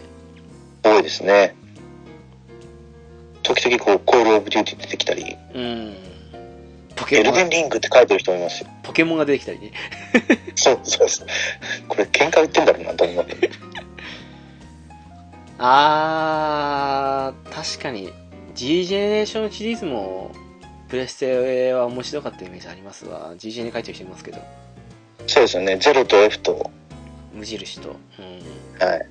B: 多いですね。時々こう、コールオブデューティー出てきたり、
A: うんポケ
B: エ
A: モ
B: ルデ
A: ン
B: ンリングって書いてる人もいますよ。
A: ポケモンが出てきたりね
B: そうそうそう。これ喧嘩売ってんだろうなと思って。
A: あー確かに G ジェネレーションシリーズもプレステは面白かったイメージありますわ G ジェネ書いてる人いますけど
B: そうですよね。ゼロと F と、
A: 無印と、うん、
B: はい。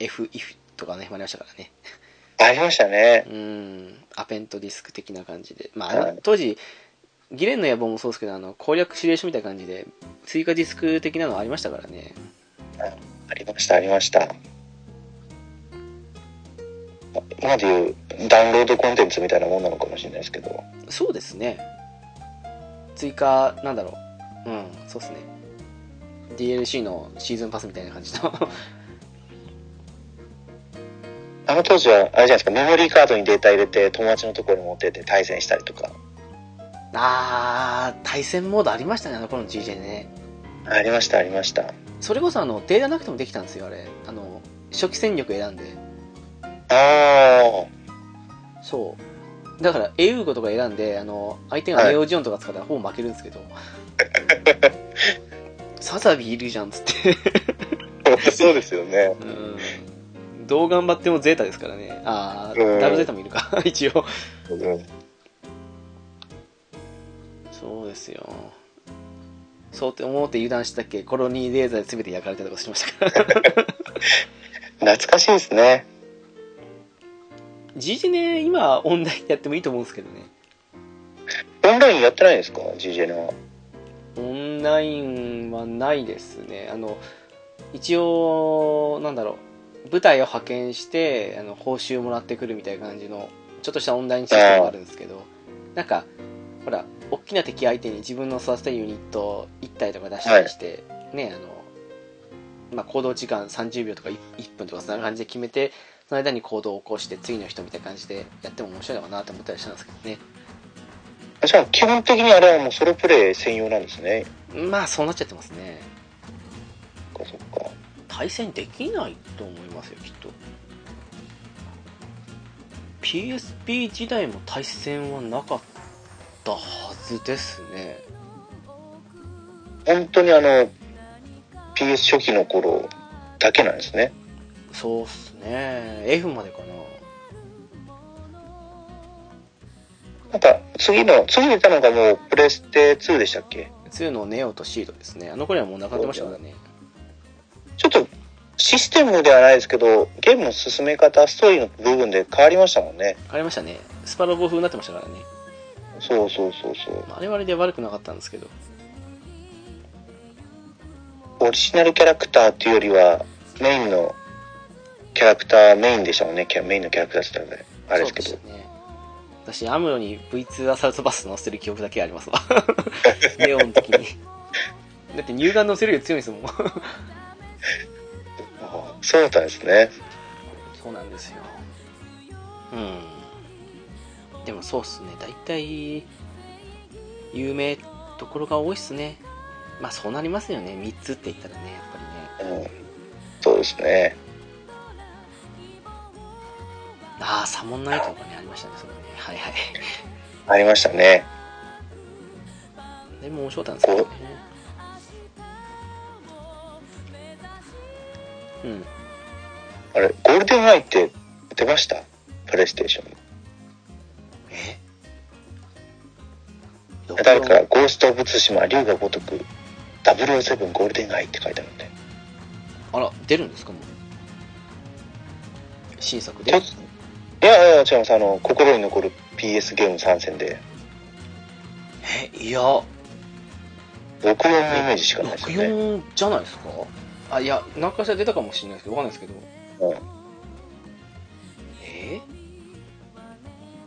A: F イフとかねもありましたからね
B: ありましたね。
A: うんアペントディスク的な感じで、まあ、あ
B: はい
A: の当時ギレンの野望もそうですけどあの攻略指令書みたいな感じで追加ディスク的なのありましたからね
B: ありました、ありました。今でいうダウンロードコンテンツみたいなもんなのかもしれないですけど。
A: そうですね追加なんだろううんそうですね DLC のシーズンパスみたいな感じの
B: あの当時は、あれじゃないですか、メモリーカードにデータ入れて、友達のところに持ってって対戦したりとか、
A: あー対戦モードありましたねあの頃の GJ ね
B: ありました、ありました。
A: それこそあのデータなくてもできたんですよあれあの初期戦力選んで
B: あ
A: そうだからエウーゴとか選んであの相手がネオジオンとか使ったらほぼ負けるんですけ ど、サザビいるじゃんっつって
B: あ、 そうですよね。
A: うんどう頑張ってもゼータですからねああ
B: うん
A: ダブルゼータもいるか 一応
B: うん、
A: そうですよそうって思って油断したっけコロニーレーザーで全て焼かれたりとかしましたから
B: 懐かしいですね。
A: GG ね今オンラインやってもいいと思うんですけどね
B: オンラインやってないんですか ?GJN は。
A: オンラインはないですね。あの、一応、なんだろう、舞台を派遣して、あの、報酬もらってくるみたいな感じの、ちょっとしたオンラインシステムがあるんですけど、なんか、ほら、大きな敵相手に自分の育てたユニットを1体とか出したりして、ね、あの、まあ、行動時間30秒とか 1, 分とかそんな感じで決めて、その間に行動を起こして、次の人みたいな感じでやっても面白いのかなと思ったりしたんですけどね。
B: じゃあ、基本的にあれはもうソロプレイ専用なんですね。
A: まあ、そうなっちゃってますね。
B: そっか、そっか。
A: 対戦できないと思いますよきっと PSP 時代も対戦はなかったはずですね
B: 本当にあの PS 初期の頃だけなんですね
A: そうっすね F までかな
B: なんか、次の、次に出たのがもう、プレステ2でしたっけ
A: 2のネオとシードですねあの頃にはもうなくなってましたからね
B: ちょっと、システムではないですけど、ゲームの進め方、ストーリーの部分で変わりましたもんね。
A: ありましたねスパロボ風になってましたからね
B: そうそうそうそう。
A: まああれはあれで悪くなかったんですけど
B: オリジナルキャラクターっていうよりは、メインのキャラクター、メインでしたもんね。キャメインのキャラクターって言ったらねあれですけ
A: そ
B: ど
A: う。でしたね私アムロに V2 アサルトバス乗せてる記憶だけありますわ ネオの時に だって乳がん乗せるより強いですもん
B: あそうだったんですね。
A: そうなんですようんでもそうっすね大体有名ところが多いっすねまあそうなりますよね3つって言ったらねやっぱりね
B: うん。そうですね。
A: ああ、サモンナイトとかね、ありましたね、それね。はいはい。
B: ありましたね。
A: でも面白かったんですけどね。うん。
B: あれ、ゴールデンアイって出ましたプレイステーションに。
A: え
B: 誰か、ゴースト・オブ・ツシマ、竜が如く、007ゴールデンアイって書いてあるんで。
A: あら、出るんですかもう。新作で
B: ちょ。っといやいや、違います。あの、心に残る PS ゲーム参戦で、
A: え、いや、64
B: 64のイメージしかないですよね。
A: じゃないですかあ、いや、何かしら出たかもしれないですけど、わかんないですけど。
B: うん、
A: え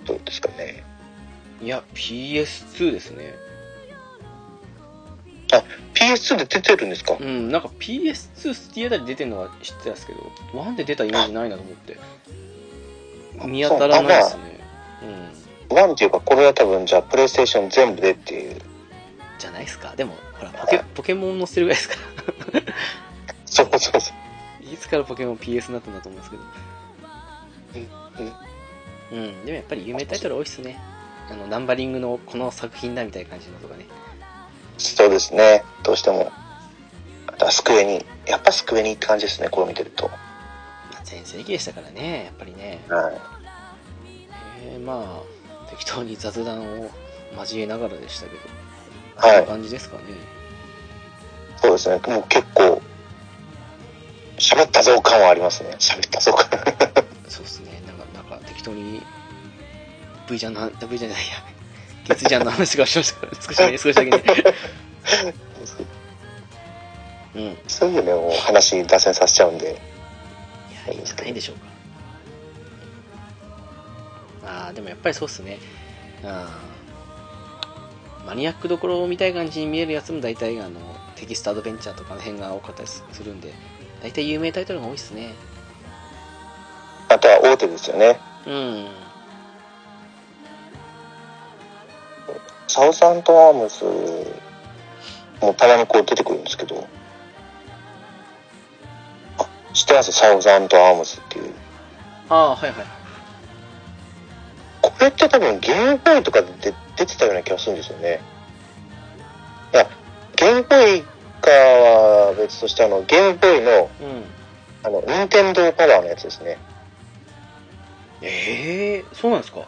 B: どうですかね。
A: いや、PS2 ですね。
B: PS2 で出てるんですか
A: うん、なんか PS2 スティアタで出てるのは知ってたんですけど、1で出たイメージないなと思って。見当たらないですね。うん。
B: ?1 っていうか、これは多分、じゃあ、プレイステーション全部でっていう。
A: じゃないですか。でも、ほら、ポケポケモン乗せてるぐらいですから。
B: そうそうそ
A: いつからポ ケモン PS になったんだと思うんですけど。うん、でもやっぱり有名タイトル多いっすね。あの、ナンバリングのこの作品だみたいな感じのとかね。
B: う。そうですね。どうしても。あとはスクエニ。やっぱスクエニって感じですね。これ見てると。
A: まあ全盛期でしたからね、やっぱりね。
B: は
A: えー、まあ、適当に雑談を交えながらでしたけど。
B: はい
A: こんな感じですかね。
B: い。そうですね。もう結構、喋ったぞ感はありますね。喋ったぞ感。
A: そうっすね、なんか、なんか適当に、V ちゃんの話、V ちゃんじゃないや、ゲツちゃんの話がしましたから、少しだけ、少しだ けね。うん。いや、
B: すぐね、もう話脱線させちゃうん
A: い
B: で。
A: いんじゃないでしょうか。ああ、でもやっぱりそうっすね。あーマニアックどころみたいな感じに見えるやつも大体、あの、テキストアドベンチャーとかの辺が多かったりするんで、大体有名タイトルが多いっすね。
B: あとは大手ですよね。
A: うん。
B: サウサントアームズもたまにこう出てくるんですけど。あ、知ってますサウサントアームズっていう。
A: ああ、はいはい。
B: これって多分ゲームボーイとかで出出てたような気がするんですよね。いや、ゲームボーイかは別としてあの、ゲームボーイの、
A: うん。
B: あの、ニンテンドーパワーのやつですね。
A: ええー、そうなんですか
B: 違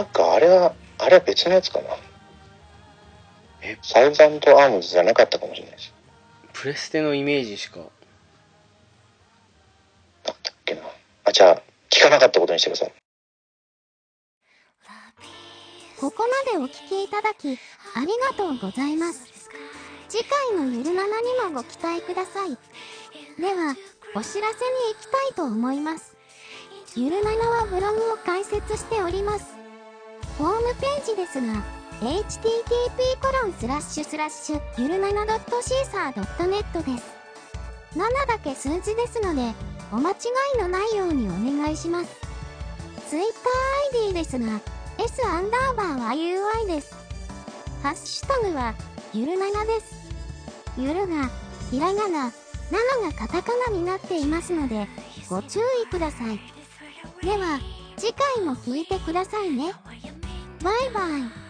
B: うか、あれは、あれは別のやつかな。
A: え
B: サウザントアームズじゃなかったかもしれないです。
A: プレステのイメージしか
B: なんだっけな。あ、じゃあ、聞かなかったことにしてください。
C: ここまでお聞きいただき、ありがとうございます。次回のゆるななにもご期待ください。では、お知らせに行きたいと思います。ゆるななはブログを開設しております。ホームページですが、http コロンスラッシュスラッシュゆるなな .caesar.net です。7だけ数字ですので、お間違いのないようにお願いします。TwitterID ですが、S アンダーバーは UI です。ハッシュタグは、ゆるななです。ゆるが、ひらがな、なのがカタカナになっていますので、ご注意ください。では、次回も聞いてくださいね。バイバイ。